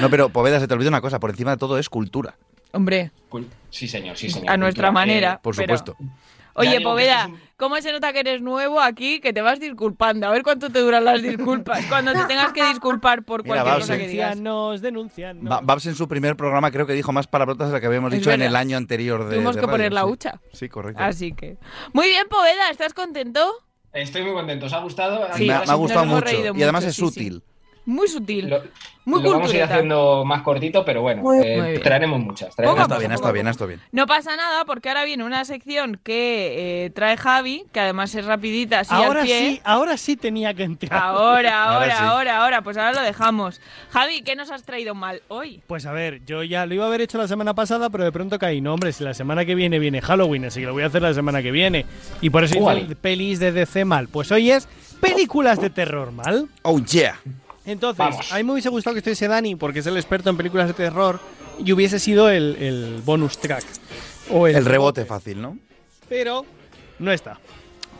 No, pero Poveda, se te olvida una cosa, por encima de todo es cultura.
Hombre,
Cul- Sí, señor, sí, señor.
a
Cultura,
nuestra
eh,
manera.
Por
pero-
supuesto.
Ya
Oye,
digo que esto
Poveda, ¿cómo se nota que eres nuevo aquí? Que te vas disculpando. A ver cuánto te duran las disculpas. Cuando te tengas que disculpar por
Mira,
cualquier
Babs,
cosa que digas.
Denuncianos, denuncianos.
Ba- Babs en su primer programa creo que dijo más palabrotas de las que habíamos
Es
dicho en
verdad.
el año anterior de.
Tuvimos
de
que
radio,
poner la
sí.
hucha.
Sí, correcto.
Así que. Muy bien, Poveda, ¿estás contento?
Estoy muy contento, ¿os ha gustado?
me, ha- me ha gustado
hemos
mucho.
reído
Y además
mucho,
es
sí, sí.
útil.
Muy sutil. muy
Lo vamos a ir
cultureta.
haciendo más cortito, pero bueno,
Muy-
eh,
Muy bien.
traeremos muchas.
No,
traeremos
está bien,
muchas.
está bien, está bien.
No pasa nada porque ahora viene una sección que eh, trae Javi, que además es rapidita, así
ahora
al pie.
sí, ahora sí tenía que entrar.
Ahora, ahora, ahora,
sí.
ahora, Pues ahora lo dejamos. Javi, ¿qué nos has traído mal hoy?
Pues a ver, yo ya lo iba a haber hecho la semana pasada, pero de pronto caí. No, hombre, si la semana que viene viene Halloween, así que lo voy a hacer la semana que viene. Y por eso hice
Uy.
el pelis de DC mal. Pues hoy es películas de terror mal.
Oh, yeah.
Entonces,
Vamos.
a mí me hubiese gustado que estuviese Dani, porque es el experto en películas de terror, y hubiese sido el, el bonus track. O el,
El rebote fácil, ¿no?
Pero no está.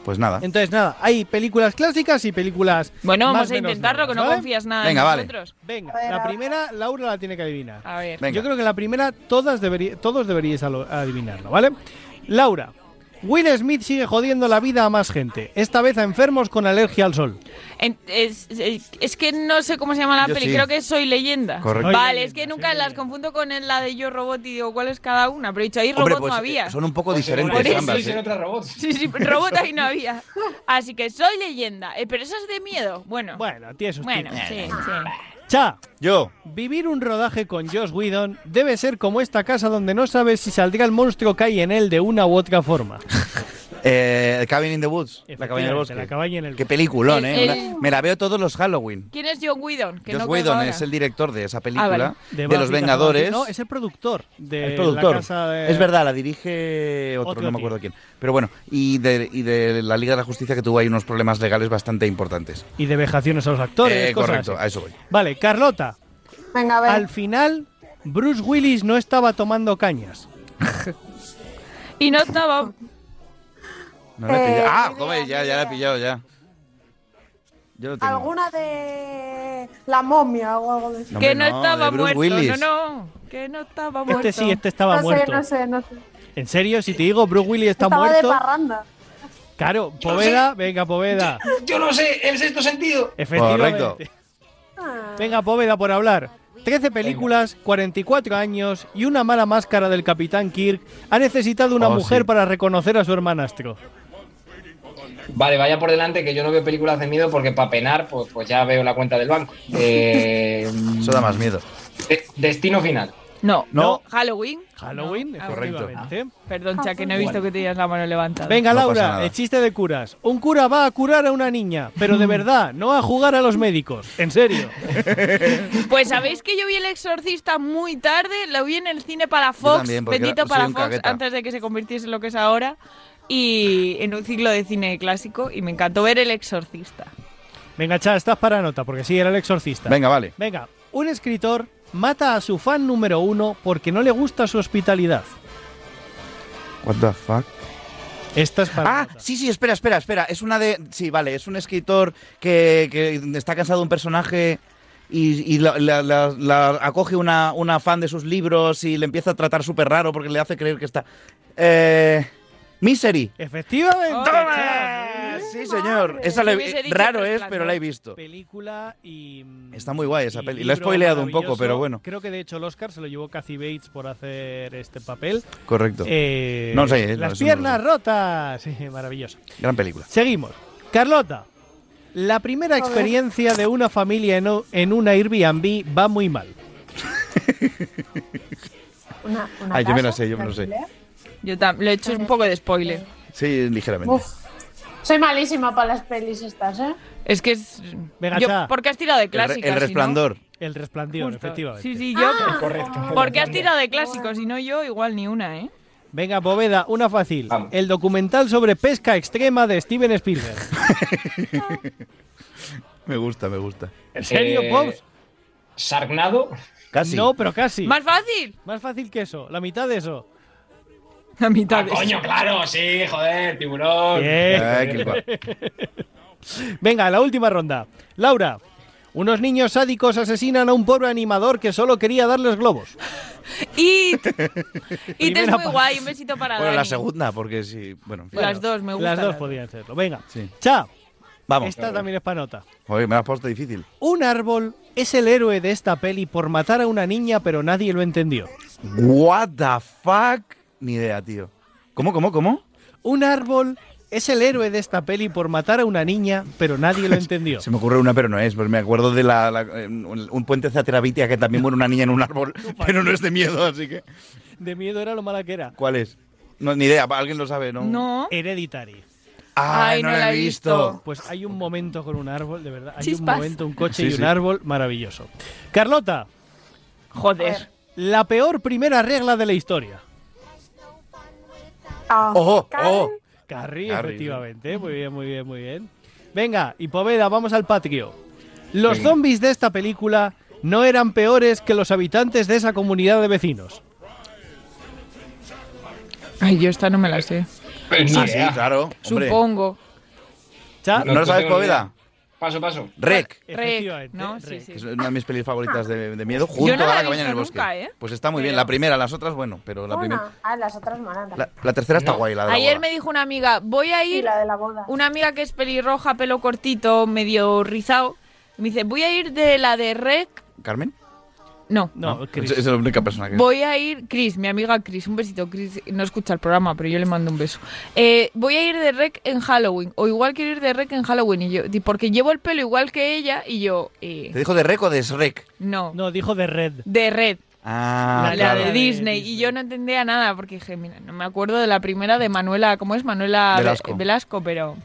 Pues nada.
Entonces, nada, hay películas clásicas y películas.
Bueno,
más
vamos a
menos
intentarlo, que
nuevas,
no
¿vale?
confías nada
Venga,
en
vale.
nosotros.
Venga, La primera, Laura la tiene que adivinar.
A ver.
Venga.
Yo creo que la primera, todas deberí- todos deberíais alo- adivinarlo, ¿vale? Laura, Will Smith sigue jodiendo la vida a más gente, esta vez a enfermos con alergia al sol.
En- es, es- es que no sé cómo se llama la
Yo
peli,
sí.
creo que es Soy Leyenda.
Correcto. Soy
Vale, es que nunca las confundo con el- la de Yo Robot y digo, ¿cuál es cada una? Pero he dicho, ahí
Hombre,
Robot
pues,
no había.
eh, son un poco
Por
diferentes
eso.
ambas. ¿eh?
Sí, sí, pero Robot ahí no había. Así que Soy Leyenda. Eh, pero eso es de miedo. Bueno.
Bueno, a ti eso
Bueno, sí, sí.
Cha.
Yo.
Vivir un rodaje con Josh Whedon debe ser como esta casa donde no sabes si saldrá el monstruo que hay en él de una u otra forma.
Eh, Cabin in the Woods. La cabaña del
Efectivamente,
bosque.
La cabaña en el
Qué peliculón,
El-
¿eh? Una-
el-
Me la veo todos los Halloween.
¿Quién es John Whedon? Que
Josh
no caigo
Whedon
ahora.
es el director de esa
Ah,
película,
vale.
de,
Buffy
Los
the
Vengadores.
Vampire- No, es el productor de
el productor.
Eh, la casa de-
Es verdad, la dirige otro,
Otro
no me
tío.
acuerdo quién. Pero bueno, y de, y de la Liga de la Justicia que tuvo ahí unos problemas legales bastante importantes.
Y de vejaciones a los actores.
Eh,
cosas
correcto,
así.
a eso voy.
Vale, Carlota.
Venga, a ver.
Al final, Bruce Willis no estaba tomando cañas.
Y no estaba.
No la he
Eh,
pillado. Ah,
ni idea,
joder, ya,
ni
ya la he
idea.
pillado, ya. Yo lo tengo.
¿Alguna de la momia o algo de eso?
No, Que hombre, no no, estaba de Bruce muerto, Willis.
No, no, que no estaba
Este
muerto.
sí, este estaba
no
muerto.
Sé, no sé, no sé.
¿En serio? Si te digo, Bruce Willis está
Estaba de
muerto.
parranda.
Claro,
no
Poveda, venga, Poveda.
Yo no sé, el sexto sentido.
Efectivamente.
Correcto.
Venga, Poveda, por hablar. 13 películas, 44 años y una mala máscara del Capitán Kirk ha necesitado una
Oh,
mujer
sí.
para reconocer a su hermanastro.
Vale, vaya por delante que yo no veo películas de miedo porque para penar, pues, pues ya veo la cuenta del banco. Eh,
Eso da más miedo.
de- destino final.
No.
No.
Halloween.
Halloween,
No. ah,
efectivamente.
Perdón, Cha, que no he visto que tenías la mano levantada.
Venga,
No pasa
Laura,
nada.
el chiste de curas. Un cura va a curar a una niña, pero de verdad, no a jugar a los médicos. En serio.
Pues sabéis que yo vi El Exorcista muy tarde, lo vi en el cine para
Yo
Fox,
también, porque
bendito
era- soy
para
un
Fox,
cagueta.
antes de que se convirtiese en lo que es ahora, y en un ciclo de cine clásico, y me encantó ver El Exorcista.
Venga, Cha, estás para nota, porque sí, era el exorcista.
Venga, vale.
Venga, un escritor mata a su fan número uno porque no le gusta su hospitalidad.
What the fuck?
Esta es para
Ah, sí, sí, espera, espera, espera. Es una de. Sí, vale, es un escritor que, que está cansado de un personaje y, y la, la- la- la acoge una, una fan de sus libros y le empieza a tratar súper raro porque le hace creer que está. Eh. Misery.
Efectivamente.
¡Toma!
Cha.
Sí, señor. Esa la he-
Hubiese dicho
raro es,
Resplandor.
pero la he visto.
Película y. mm,
Está muy guay esa
y
peli. La he
libro
spoileado un poco,
maravilloso.
pero bueno.
Creo que de hecho el Oscar se lo llevó Kathy Bates por hacer este papel.
Correcto.
Eh,
No sé, eh, no,
Las
eso no lo
piernas rotas. Sí, maravilloso.
Gran película.
Seguimos. Carlota. La primera experiencia de una familia en, o- en una Airbnb va muy mal.
Una, una
Ay, yo me la
casa
sé, yo me
de
lo sé.
alquiler.
Yo tam- lo he hecho un poco de spoiler.
Sí, ligeramente.
Uf. Soy malísima para las pelis estas, ¿eh?
Es que es...
Venga,
yo-
Cha.
porque has tirado de
El, re-
clásicos.
el
si no-
resplandor.
El resplandor,
Justo.
efectivamente.
Sí, sí, yo.
Correcto.
Ah. Porque has tirado de clásicos, si no yo, igual ni una, ¿eh?
Venga, Poveda, una fácil. El documental sobre pesca extrema de Steven Spielberg.
Me gusta, me gusta.
¿En serio,
Eh,
Pops?
Sargnado.
Casi.
No, pero casi.
¡Más fácil!
Más fácil que eso, la mitad de eso.
La
Ah,
mitad de
Ah, Coño, claro, sí, joder, tiburón.
Bien.
Ay, qué guapo.
Venga, la última ronda. Laura, unos niños sádicos asesinan a un pobre animador que solo quería darles globos.
Y y es
Primera
muy
pa-
guay, un besito para
Bueno, la
Dani.
segunda, porque sí. Bueno, en fin.
Las dos, me gustan.
Las dos podían serlo. Venga.
Sí.
Cha,
Vamos.
esta también es para nota.
Joder, me la has puesto difícil.
Un árbol es el héroe de esta peli por matar a una niña, pero nadie lo entendió.
What the fuck? Ni idea, tío. ¿Cómo, cómo, cómo?
Un árbol es el héroe de esta peli por matar a una niña, pero nadie lo entendió.
Se me ocurre una, pero no es. Pues me acuerdo de la, la- eh, un un puente zaterabitia que también muere una niña en un árbol, pero no es de miedo, así que.
De miedo era lo mala que era.
¿Cuál es? No, ni idea, alguien lo sabe, ¿no?
No.
Hereditary.
Ay,
Ay,
Ah, no,
no
la he visto.
Pues hay un momento con un árbol, de verdad. Hay
Chispas.
un momento, un coche
Sí,
y un
sí.
árbol maravilloso. Carlota,
Joder.
la peor primera regla de la historia.
Ah,
¡Ojo!
Karen,
¡Oh!
Carrie,
Carrie,
efectivamente. Muy bien, muy bien, muy bien. Venga, y Poveda, vamos al patio. Los zombies de esta película no eran peores que los habitantes de esa comunidad de vecinos.
Ay, yo esta no me la sé.
Ah, sí, claro. hombre.
Supongo.
¿No lo sabes, Poveda?
Paso, paso.
Rec.
Rec, ¿no? Sí, sí.
Es una de mis pelis favoritas de, de miedo,
Yo
junto
no la
a
he
La cabaña en el
visto
bosque.
nunca, ¿eh?
Pues está muy bien, la primera, las otras, bueno, pero la primera.
Ah, las otras malas.
La, la tercera está guay, la de la
Ayer
boda.
me dijo una amiga, voy a ir. Una amiga que es pelirroja, pelo cortito, medio rizado. Me dice, voy a ir de la de Rec.
¿Carmen?
No.
No, Chris.
Es, es la única persona que.
Voy a ir, Chris, mi amiga Chris, un besito, Chris, no escucha el programa, pero yo le mando un beso. Eh, voy a ir de rec en Halloween, o igual quiero ir de rec en Halloween, y yo, di- porque llevo el pelo igual que ella, y yo, eh,
¿Te dijo de Rec o de Shrek?
no,
No, dijo de red.
de red,
Ah,
la,
claro.
de Disney, y yo no entendía nada, porque dije, mira, no me acuerdo de la primera de Manuela, ¿cómo es? Manuela Ve-
Velasco.
Velasco, pero,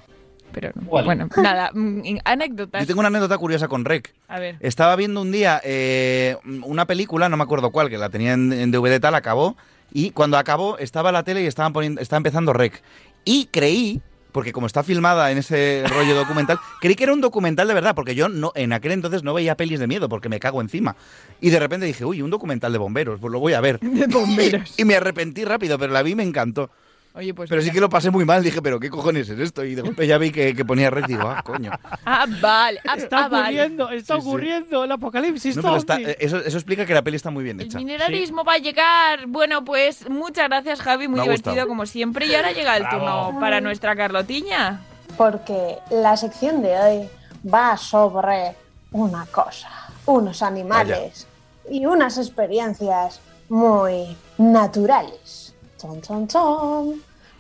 pero no.
¿Cuál?
bueno, nada, mm, in- anécdotas.
Yo tengo una anécdota curiosa con Rec.
A ver.
Estaba viendo un día eh, una película, no me acuerdo cuál, que la tenía en, en DVD tal, acabó. Y cuando acabó, estaba la tele y estaban poniendo, estaba empezando Rec. Y creí, porque como está filmada en ese rollo documental, creí que era un documental de verdad, porque yo no, en aquel entonces no veía pelis de miedo, porque me cago encima. Y de repente dije, uy, un documental de bomberos, pues lo voy a ver.
De bomberos.
Y, me arrepentí rápido, pero la vi y me encantó.
Oye, pues
pero
mira.
sí que lo pasé muy mal, dije, pero ¿qué cojones es esto? Y de golpe ya vi que, que ponía Rec y digo, ah, coño.
Ah, vale, ah,
Está
ah, vale.
ocurriendo, está ocurriendo el apocalipsis
No, pero está-
zombie.
eh, eso, eso explica que la peli está muy bien hecha.
Mineralismo va a llegar. Bueno, pues muchas gracias, Javi. Muy
Me ha
divertido
gustado.
como siempre. Y ahora llega el
Bravo.
turno para nuestra Carlotiña.
Porque la sección de hoy va sobre una cosa, unos animales y unas experiencias muy naturales. Chon, chon, chon.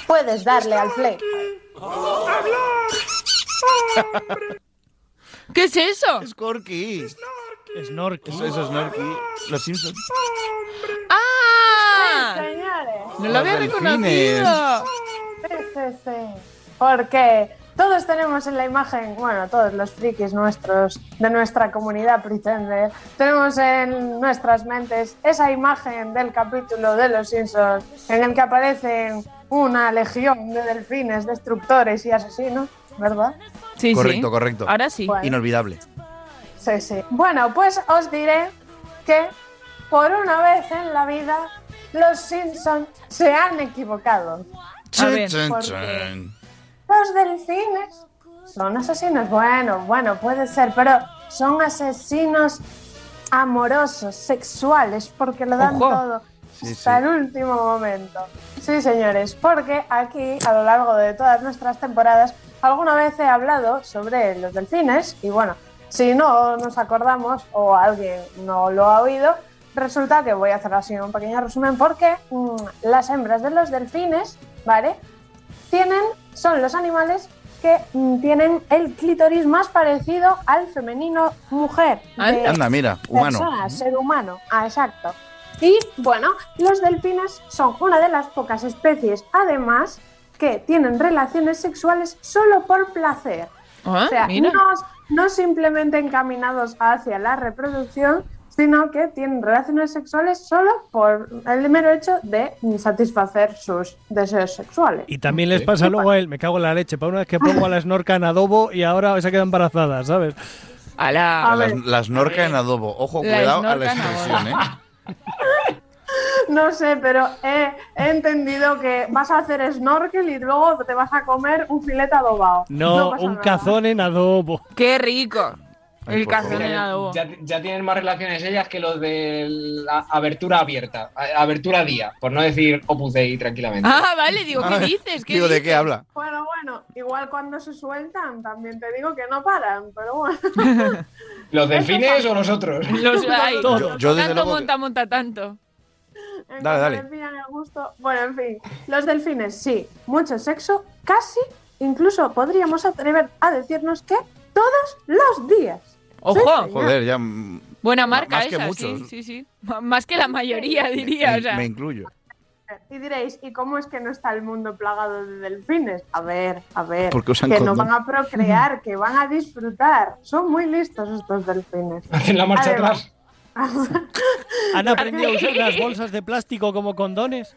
Puedes darle al play.
¿Qué es eso?
Snorky.
Snorky.
Eso, eso es Snorky. Los Simpsons.
¡Ah! No lo
Los
había
delfines.
reconocido.
Sí, sí, sí. Porque todos tenemos en la imagen, bueno, todos los frikis nuestros de nuestra comunidad Pretender, tenemos en nuestras mentes esa imagen del capítulo de Los Simpsons en el que aparecen una legión de delfines destructores y asesinos, ¿verdad?
Sí,
Correcto, correcto.
Ahora sí.
Inolvidable.
Sí, sí. Bueno, pues os diré que por una vez en la vida los Simpsons se han equivocado.
Chan,
ver.
chan,
¿Por
chan.
Los delfines son asesinos. Bueno, bueno, puede ser, pero son asesinos amorosos, sexuales, porque lo dan
Ojo.
todo
Sí,
hasta el último momento. Sí, señores, porque aquí a lo largo de todas nuestras temporadas alguna vez he hablado sobre los delfines y bueno, si no nos acordamos o alguien no lo ha oído, resulta que voy a hacer así un pequeño resumen porque mm, las hembras de los delfines, ¿vale? tienen, son los animales que mm, tienen el clítoris más parecido al femenino mujer. de
Anda, mira, humano.
persona, ser humano, ah, exacto. Y bueno, los delfines son una de las pocas especies, además, que tienen relaciones sexuales solo por placer.
Ah,
o sea,
mira.
no, no simplemente encaminados hacia la reproducción, sino que tienen relaciones sexuales solo por el mero hecho de satisfacer sus deseos sexuales.
Y también les pasa luego a él, me cago en la leche, para una vez que pongo a la snorca en adobo y ahora se queda embarazada, ¿sabes?
A la.
Las, las norca en adobo. Ojo,
La
cuidado a
snorca
la
en
expresión, ¿eh?
adobo. No sé, pero he, he entendido que vas a hacer snorkel y luego te vas a comer un filete adobado.
No,
pasa
un
nada.
cazón en adobo.
¡Qué rico!
Ay,
el
por favor.
cazón en adobo.
Ya, ya tienen más relaciones ellas que los de la abertura abierta, a- abertura día, por no decir Opus Dei tranquilamente.
Ah, vale, digo, ¿qué dices? ¿Qué
Digo, ¿de
dices?
qué habla?
Bueno, bueno, igual cuando se sueltan también te digo que no paran, pero bueno.
¿Los delfines o nosotros?
Los hay.
Yo- yo desde
tanto
luego que-
monta, monta tanto.
En
Dale,
cuanto
dale.
le pillan el gusto. Bueno, en fin, los delfines sí, mucho sexo, casi, incluso podríamos atrever a decirnos que todos los días.
Ojo.
señor.
Joder, ya. mm,
Buena marca
más que
esa,
muchos.
sí, sí, sí. M- Más que la mayoría, diría.
me,
o sea.
me incluyo.
Y diréis, ¿y cómo es que no está el mundo plagado de delfines? A ver, a ver,
Porque usan
que no
condón.
van a procrear, que van a disfrutar. Son muy listos estos delfines.
Hacen la marcha atrás.
¿Han aprendido a usar las bolsas de plástico como condones?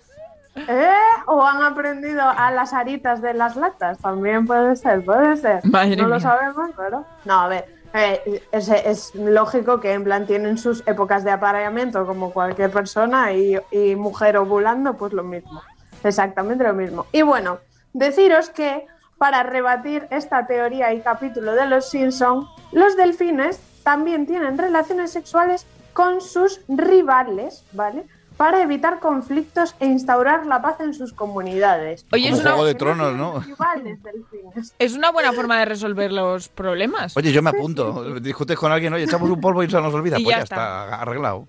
¿Eh? ¿O han aprendido a las aritas de las latas? También puede ser, puede ser.
Madre
no
mía.
lo sabemos, pero... No, a ver, eh, es, es lógico que en plan tienen sus épocas de apareamiento como cualquier persona y, y mujer ovulando, pues lo mismo. Exactamente lo mismo. Y bueno, deciros que para rebatir esta teoría y capítulo de los Simpson, los delfines también tienen relaciones sexuales con sus rivales, ¿vale? Para evitar conflictos e instaurar la paz en sus comunidades.
Oye, es
Como
una,
Juego de Tronos, ¿no?
Rivales delfines.
es una buena forma de resolver los problemas.
Oye, yo me apunto. Discutes con alguien, oye, echamos un polvo y se nos olvida.
Y
pues
ya
ya está arreglado.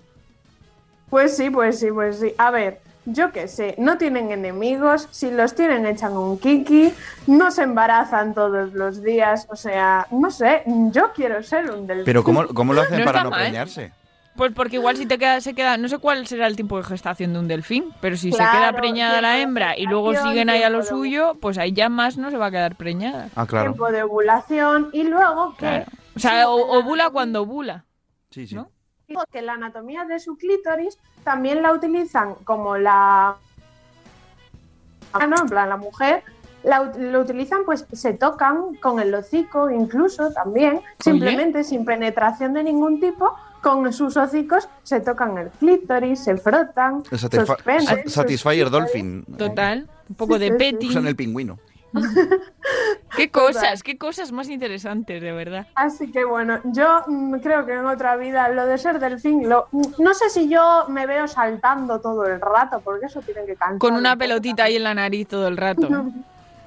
Pues sí, pues sí, pues sí. A ver, yo qué sé, no tienen enemigos, si los tienen echan un kiki, no se embarazan todos los días, o sea, no sé, yo quiero ser un delfín.
Pero ¿cómo, cómo lo hacen
No
para
está
no
mal.
preñarse?
Pues porque igual si te queda, se queda, no sé cuál será el tiempo de gestación de un delfín, pero si se
Claro,
queda preñada
tiempo
la
de
hembra y luego
gestación,
siguen ahí a lo
tiempo de-
suyo, pues ahí ya más no se va a quedar preñada.
Ah, claro.
Tiempo de ovulación y luego que,
Claro. O sea, o- ovula cuando ovula.
Sí, sí.
que la anatomía de su clítoris también la utilizan como la... Ah, no, en plan, la mujer la, ut- lo utilizan, pues se tocan con el hocico incluso también, simplemente sin penetración de ningún tipo, con sus hocicos se tocan el clítoris, se frotan,
El
sus
satisfa-
penes,
sa-
sus
Satisfyer
clítoris.
Dolphin.
Total. Un poco de petting.
Usan el pingüino.
Qué cosas, qué cosas más interesantes, de verdad.
Así que bueno, yo mm, creo que en otra vida lo de ser delfín, lo, mm, no sé si yo me veo saltando todo el rato, porque eso tienen que cantar.
Con una pelotita ahí en la nariz todo el rato.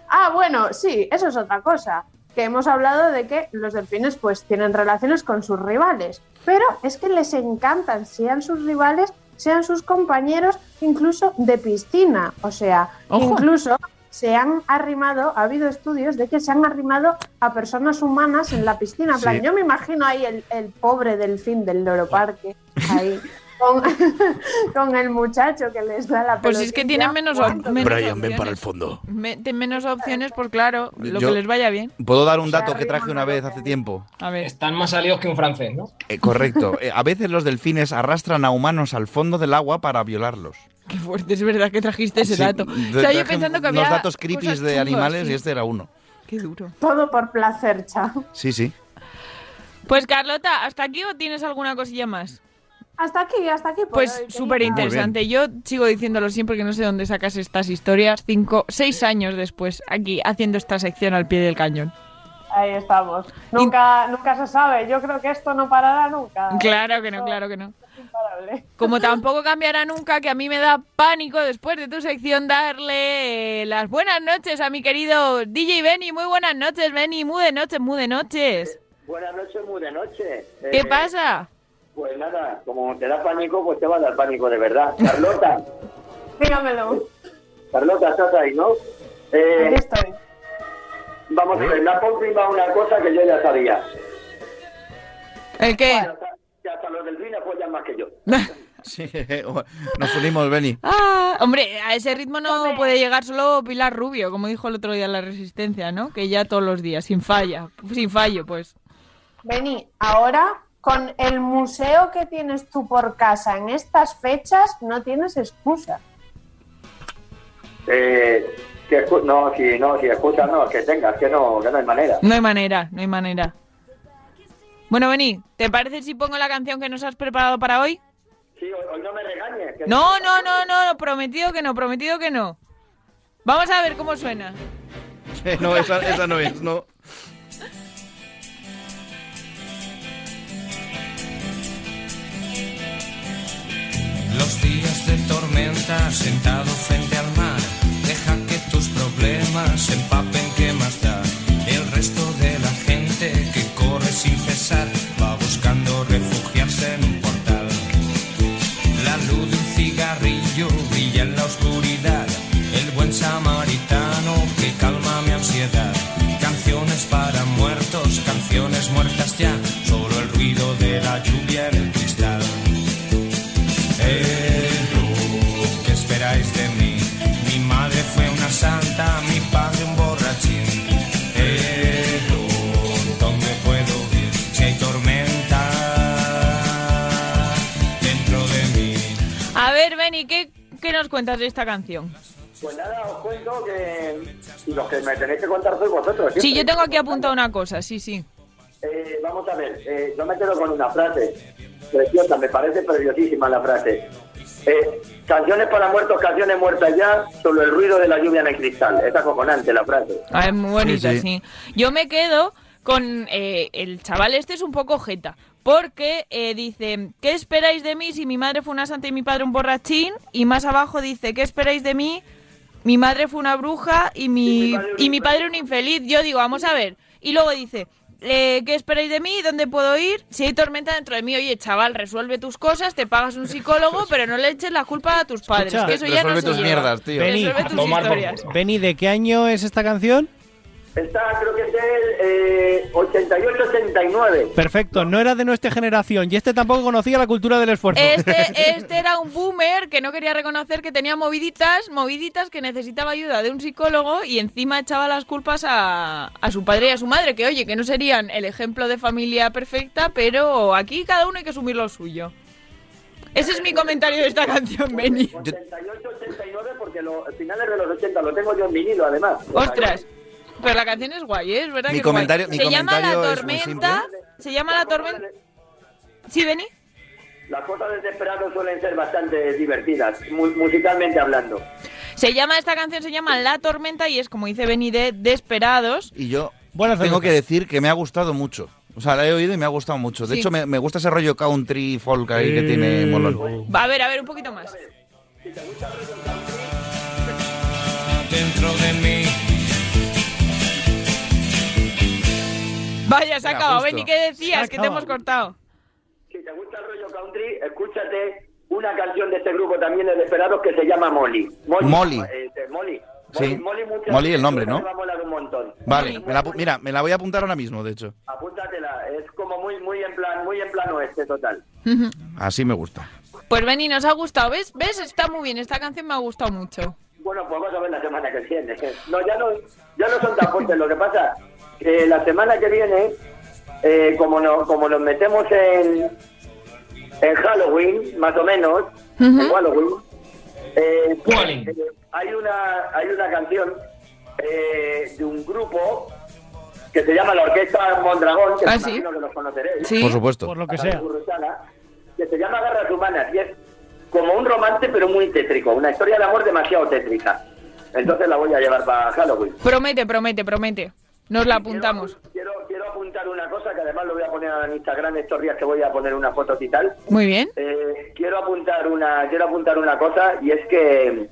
Ah, bueno, sí, eso es otra cosa. Que hemos hablado de que los delfines pues tienen relaciones con sus rivales, pero es que les encantan, sean sus rivales, sean sus compañeros, incluso de piscina. O sea,
Ojo.
incluso se han arrimado, ha habido estudios de que se han arrimado a personas humanas en la piscina. En plan,
Sí.
Yo me imagino ahí el, el pobre delfín del loro parque, ahí, con, con el muchacho que les da la
Pues si es que
pelotita.
tienen menos, op- menos
Brian, ven
opciones.
para el fondo.
Me- de menos opciones, pues claro, lo
Yo-
que les vaya bien.
Puedo dar un
Se
dato que
arriman
traje una vez hace tiempo.
A ver.
Están más salidos que un francés, ¿no?
Eh, correcto. Eh, a veces los delfines arrastran a humanos al fondo del agua para violarlos.
Qué fuerte, es verdad que trajiste ese
Sí,
dato.
de-
O sea, yo
traje
pensando que había
unos datos creepy
creepy
de animales y este era uno.
Qué duro.
Todo por placer, chao.
Sí, sí.
Pues Carlota, ¿hasta aquí o tienes alguna cosilla más?
Hasta aquí, hasta aquí. por hoy,
Pues
querida.
súper interesante. Yo sigo diciéndolo siempre que no sé dónde sacas estas historias cinco, seis años después, aquí haciendo esta sección al pie del cañón.
Ahí estamos. Nunca, nunca se sabe. Yo creo que esto no parará nunca.
Claro que no,
Eso
claro que no.
es imparable.
Como tampoco cambiará nunca, que a mí me da pánico después de tu sección darle eh, las buenas noches a mi querido DJ Benny. Muy buenas noches, Benny. Muy de noches, muy de noches.
Buenas noches, muy de noche.
¿Qué
Eh,
pasa?
Pues nada, como te da pánico, pues te va a dar pánico de verdad. Carlota,
Dígamelo.
Carlota, estás ahí, ¿no? Eh,
Aquí estoy.
Vamos a ver, me ha confirmado una cosa que yo ya sabía.
¿El qué?
Que hasta los delfines apoyan más que yo.
Sí, nos unimos, Benny.
Ah, hombre, a ese ritmo no puede llegar solo Pilar Rubio, como dijo el otro día en la Resistencia, ¿no? Que ya todos los días, sin falla, sin fallo, pues.
Vení, ahora con el museo que tienes tú por casa en estas fechas, no tienes excusa.
Eh, que escu- no, si no, si escuchas, no, que tengas, que no, que no hay manera.
No hay manera, no hay manera. Bueno, Beni, ¿te parece si pongo la canción que nos has preparado para hoy?
Sí, hoy, hoy no me regañes. que-
No, no, no, no, prometido que no, prometido que no. Vamos a ver cómo suena.
No, esa, esa no es, no.
Los días de tormenta sentado frente al mar, deja que tus problemas empapen que más da. El resto de la gente que corre sin cesar va buscando refugiarse en un portal. La luz de un cigarrillo brilla en la oscuridad, el buen samaritano que calma mi ansiedad. Canciones para muertos, canciones muertas ya, solo el ruido de la lluvia en el cristal. Eh, tú, ¿qué esperáis de mí? Mi madre fue una santa, mi padre un borrachín. Eh, tú, ¿dónde puedo ir si hay tormenta dentro de mí?
A ver, Beni, ¿qué, qué ¿qué nos cuentas de esta canción?
Pues nada, os cuento que y los que me tenéis que contar sois vosotros.
Sí,
siempre.
yo tengo aquí apuntado una cosa, sí, sí.
Eh, vamos a ver, eh, yo me quedo con una frase preciosa, me parece preciosísima la frase. Eh, canciones para muertos, canciones muertas ya, solo el ruido de la lluvia en el cristal. Es acojonante la frase.
Ah, es muy bonita, sí,
Sí, sí.
Yo me quedo con eh, el chaval este es un poco jeta. Porque eh, dice, ¿qué esperáis de mí si mi madre fue una santa y mi padre un borrachín? Y más abajo dice, ¿qué esperáis de mí? Mi madre fue una bruja y mi, y mi padre un infeliz. Yo digo, vamos a ver. Y luego dice, eh, ¿qué esperáis de mí? ¿Dónde puedo ir? Si hay tormenta dentro de mí, oye, chaval, resuelve tus cosas, te pagas un psicólogo, pero no le eches la culpa a tus padres.
Escucha.
que eso ya no
Resuelve
se
tus
lleva.
mierdas, tío.
Beni,
Resuelve tus historias.
Beni, ¿de qué año es esta canción?
Está, creo que es del eh, 88-89.
Perfecto, no era de nuestra generación y este tampoco conocía la cultura del esfuerzo.
Este, este era un boomer que no quería reconocer que tenía moviditas, moviditas que necesitaba ayuda de un psicólogo y encima echaba las culpas a, a su padre y a su madre, que oye, que no serían el ejemplo de familia perfecta, pero aquí cada uno hay que asumir lo suyo. Ese es mi comentario de esta canción, Benny.
88-89 porque los finales de los 80 lo tengo yo en vinilo además.
Ostras, pero la canción es guay, ¿eh? es verdad
Mi
que es guay.
comentario- mi
se llama La
comentario es muy
Tormenta, se llama La Tormenta... ¿Sí, Benny?
Las cosas de desesperado suelen ser bastante divertidas, mu- musicalmente hablando.
Se llama, esta canción se llama La Tormenta y es como dice Benny de Desperados.
Y yo tengo que decir que me ha gustado mucho. O sea, la he oído y me ha gustado mucho. De
Sí.
hecho, me, me gusta ese rollo country folk ahí que
Eh.
tiene Molón.
Va, a ver, a ver, un poquito más.
dentro de mí.
Vaya, se ha
Venga,
acabado,
justo.
Benny, ¿qué
Se ha
decías? Que te
acabado.
hemos cortado.
Si te gusta el rollo country, escúchate una canción de este grupo también de Desperados que se llama Molly. Molly.
Molly.
Eh, eh, Molly.
Sí.
Molly, Molly, muchas
Molly, el nombre,
veces
¿no?
te va a molar un montón.
Vale, me la apu- mira, me la voy a apuntar ahora mismo, de hecho.
Apúntatela, es como muy muy en plan, muy en plan oeste total.
Así me gusta.
Pues Benny, nos ha gustado, ¿ves? ¿Ves? Está muy bien, esta canción me ha gustado mucho.
Bueno, pues vamos a ver la semana que viene. No, ya no, ya no son tan fuertes. Lo que pasa que la semana que viene, eh, como, no, como nos metemos en, en Halloween, más o menos, en Halloween, eh, pues, eh, hay, una, hay una canción eh, de un grupo que se llama la Orquesta Mondragón, que
Ah,
me
sí.
imagino que los conoceréis.
Sí. Por supuesto.
Por lo que
La
sea.
Gurrutana, Que se llama Garras Humanas y es como un romance pero muy tétrico, una historia de amor demasiado tétrica. Entonces la voy a llevar para Halloween.
Promete, promete, promete. Nos la apuntamos.
Quiero, quiero apuntar una cosa que además lo voy a poner en Instagram estos días que voy a poner una foto y tal.
Muy bien.
Eh, quiero apuntar una quiero apuntar una cosa y es que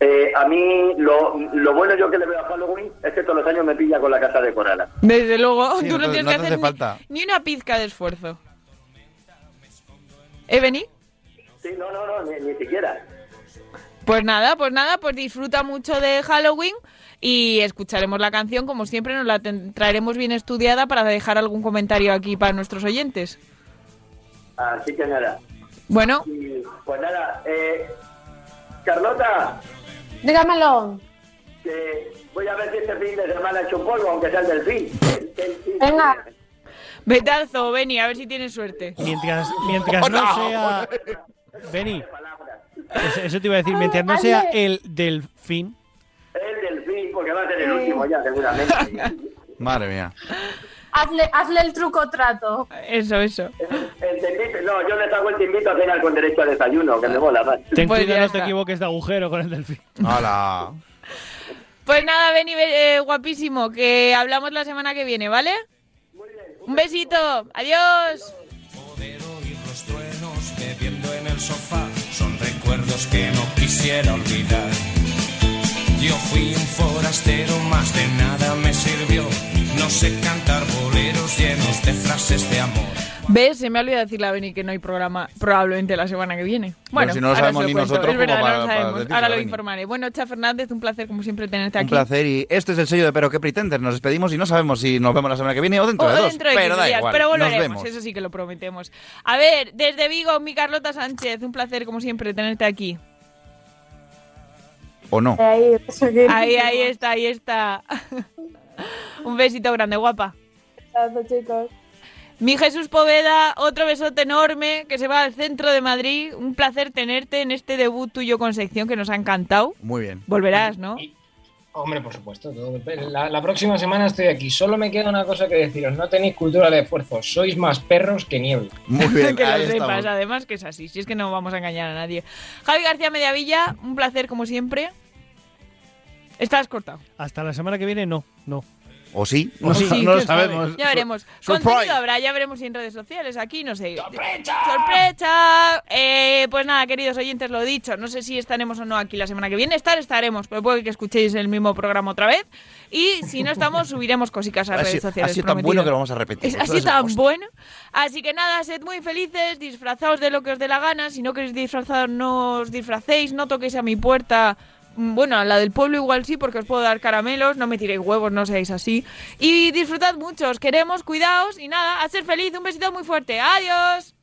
eh, a mí lo, lo bueno yo que le veo a Halloween es que todos los años me pilla con la casa de Corala.
Desde luego,
Sí,
tú no
no te-
tienes
no
que
te
hacer
hace
ni-
falta.
ni, una pizca de esfuerzo. ¿Eh, Benny?
Sí, no, no, no, ni, ni siquiera.
Pues nada, pues nada, pues disfruta mucho de Halloween y escucharemos la canción, como siempre, nos la ten- traeremos bien estudiada para dejar algún comentario aquí para nuestros oyentes.
Así que nada.
Bueno,
Y, Pues nada, eh, Carlota,
Dígamelo.
que voy a ver si este fin de semana he hecho un polvo, aunque sea el delfín.
Venga.
vete al zoo, Benny, a ver si tienes suerte.
Mientras, mientras no, sea. Beni, eso, eso te iba a decir, mientras no
Hazle-
sea el delfín.
El delfín, porque va a ser el último ya, seguramente.
Madre mía.
Hazle, hazle el truco trato.
Eso, eso.
El te invito- no, yo les hago el te invito a cenar con derecho a desayuno, que me mola más.
Ten cuidado, no te equivoques de agujero con el delfín.
¡Hala!
Pues nada, Benny, eh, guapísimo, que hablamos la semana que viene, ¿vale? Un besito, adiós.
Los truenos bebiendo en el sofá son recuerdos que no quisiera olvidar. Yo fui un forastero, más de nada me sirvió. No sé cantar boleros llenos de frases de amor.
¿Ves? Se me ha olvidado decirle a Benny que no hay programa probablemente la semana que viene.
Bueno, si no lo
ahora
sabemos
se
ni
cuento.
nosotros,
Es verdad,
¿cómo
no lo
para- para
sabemos.
decírselo
Ahora
a
lo
Benny?
informaré. Bueno, Cha Fernández, un placer como siempre tenerte
Un
aquí.
placer y este es el sello de Pero qué Pretender. Nos despedimos y no sabemos si nos vemos la semana que viene o dentro
O
de dos.
dentro de
pero
15
da
días,
igual.
pero
nos
volveremos,
vemos.
eso sí que lo prometemos. A ver, desde Vigo, mi Carlota Sánchez, un placer como siempre tenerte aquí.
¿O no?
Ahí,
Ahí, ahí está, ahí está. un besito grande, guapa.
Chao, chicos.
Mi Jesús Poveda, otro besote enorme que se va al centro de Madrid. Un placer tenerte en este debut tuyo con sección que nos ha encantado.
Muy bien.
Volverás, ¿no?
Hombre, por supuesto. todo depende. La, la próxima semana estoy aquí. Solo me queda una cosa que deciros. No tenéis cultura de esfuerzo. Sois más perros que niebla.
Muy
que lo sepas, además que es así. Si es que no vamos a engañar a nadie. Javi García Mediavilla, un placer como siempre. Estás cortado.
Hasta la semana que viene, no, no.
¿O sí?
O
No,
sí,
no lo
quién sabe.
sabemos.
Ya veremos.
Surprise.
Contenido habrá, ya veremos si en redes sociales, aquí, no sé. ¡Sorpresa! ¡Sorpresa! Eh, pues nada, queridos oyentes, lo dicho. No sé si estaremos o no aquí la semana que viene. Estar estaremos, pero puede que escuchéis el mismo programa otra vez. Y si no estamos, subiremos cositas a
Ha
redes
sido,
sociales.
ha sido tan
prometido.
bueno que lo vamos a repetir.
Es así tan bueno. Así que nada, sed muy felices, disfrazaos de lo que os dé la gana. Si no queréis disfrazar, no os disfracéis, no toquéis a mi puerta. Mm, Bueno, a la del pueblo igual sí, porque os puedo dar caramelos, no me tiréis huevos, no seáis así. Y disfrutad mucho, os queremos, cuidaos y nada, a ser feliz, un besito muy fuerte, adiós.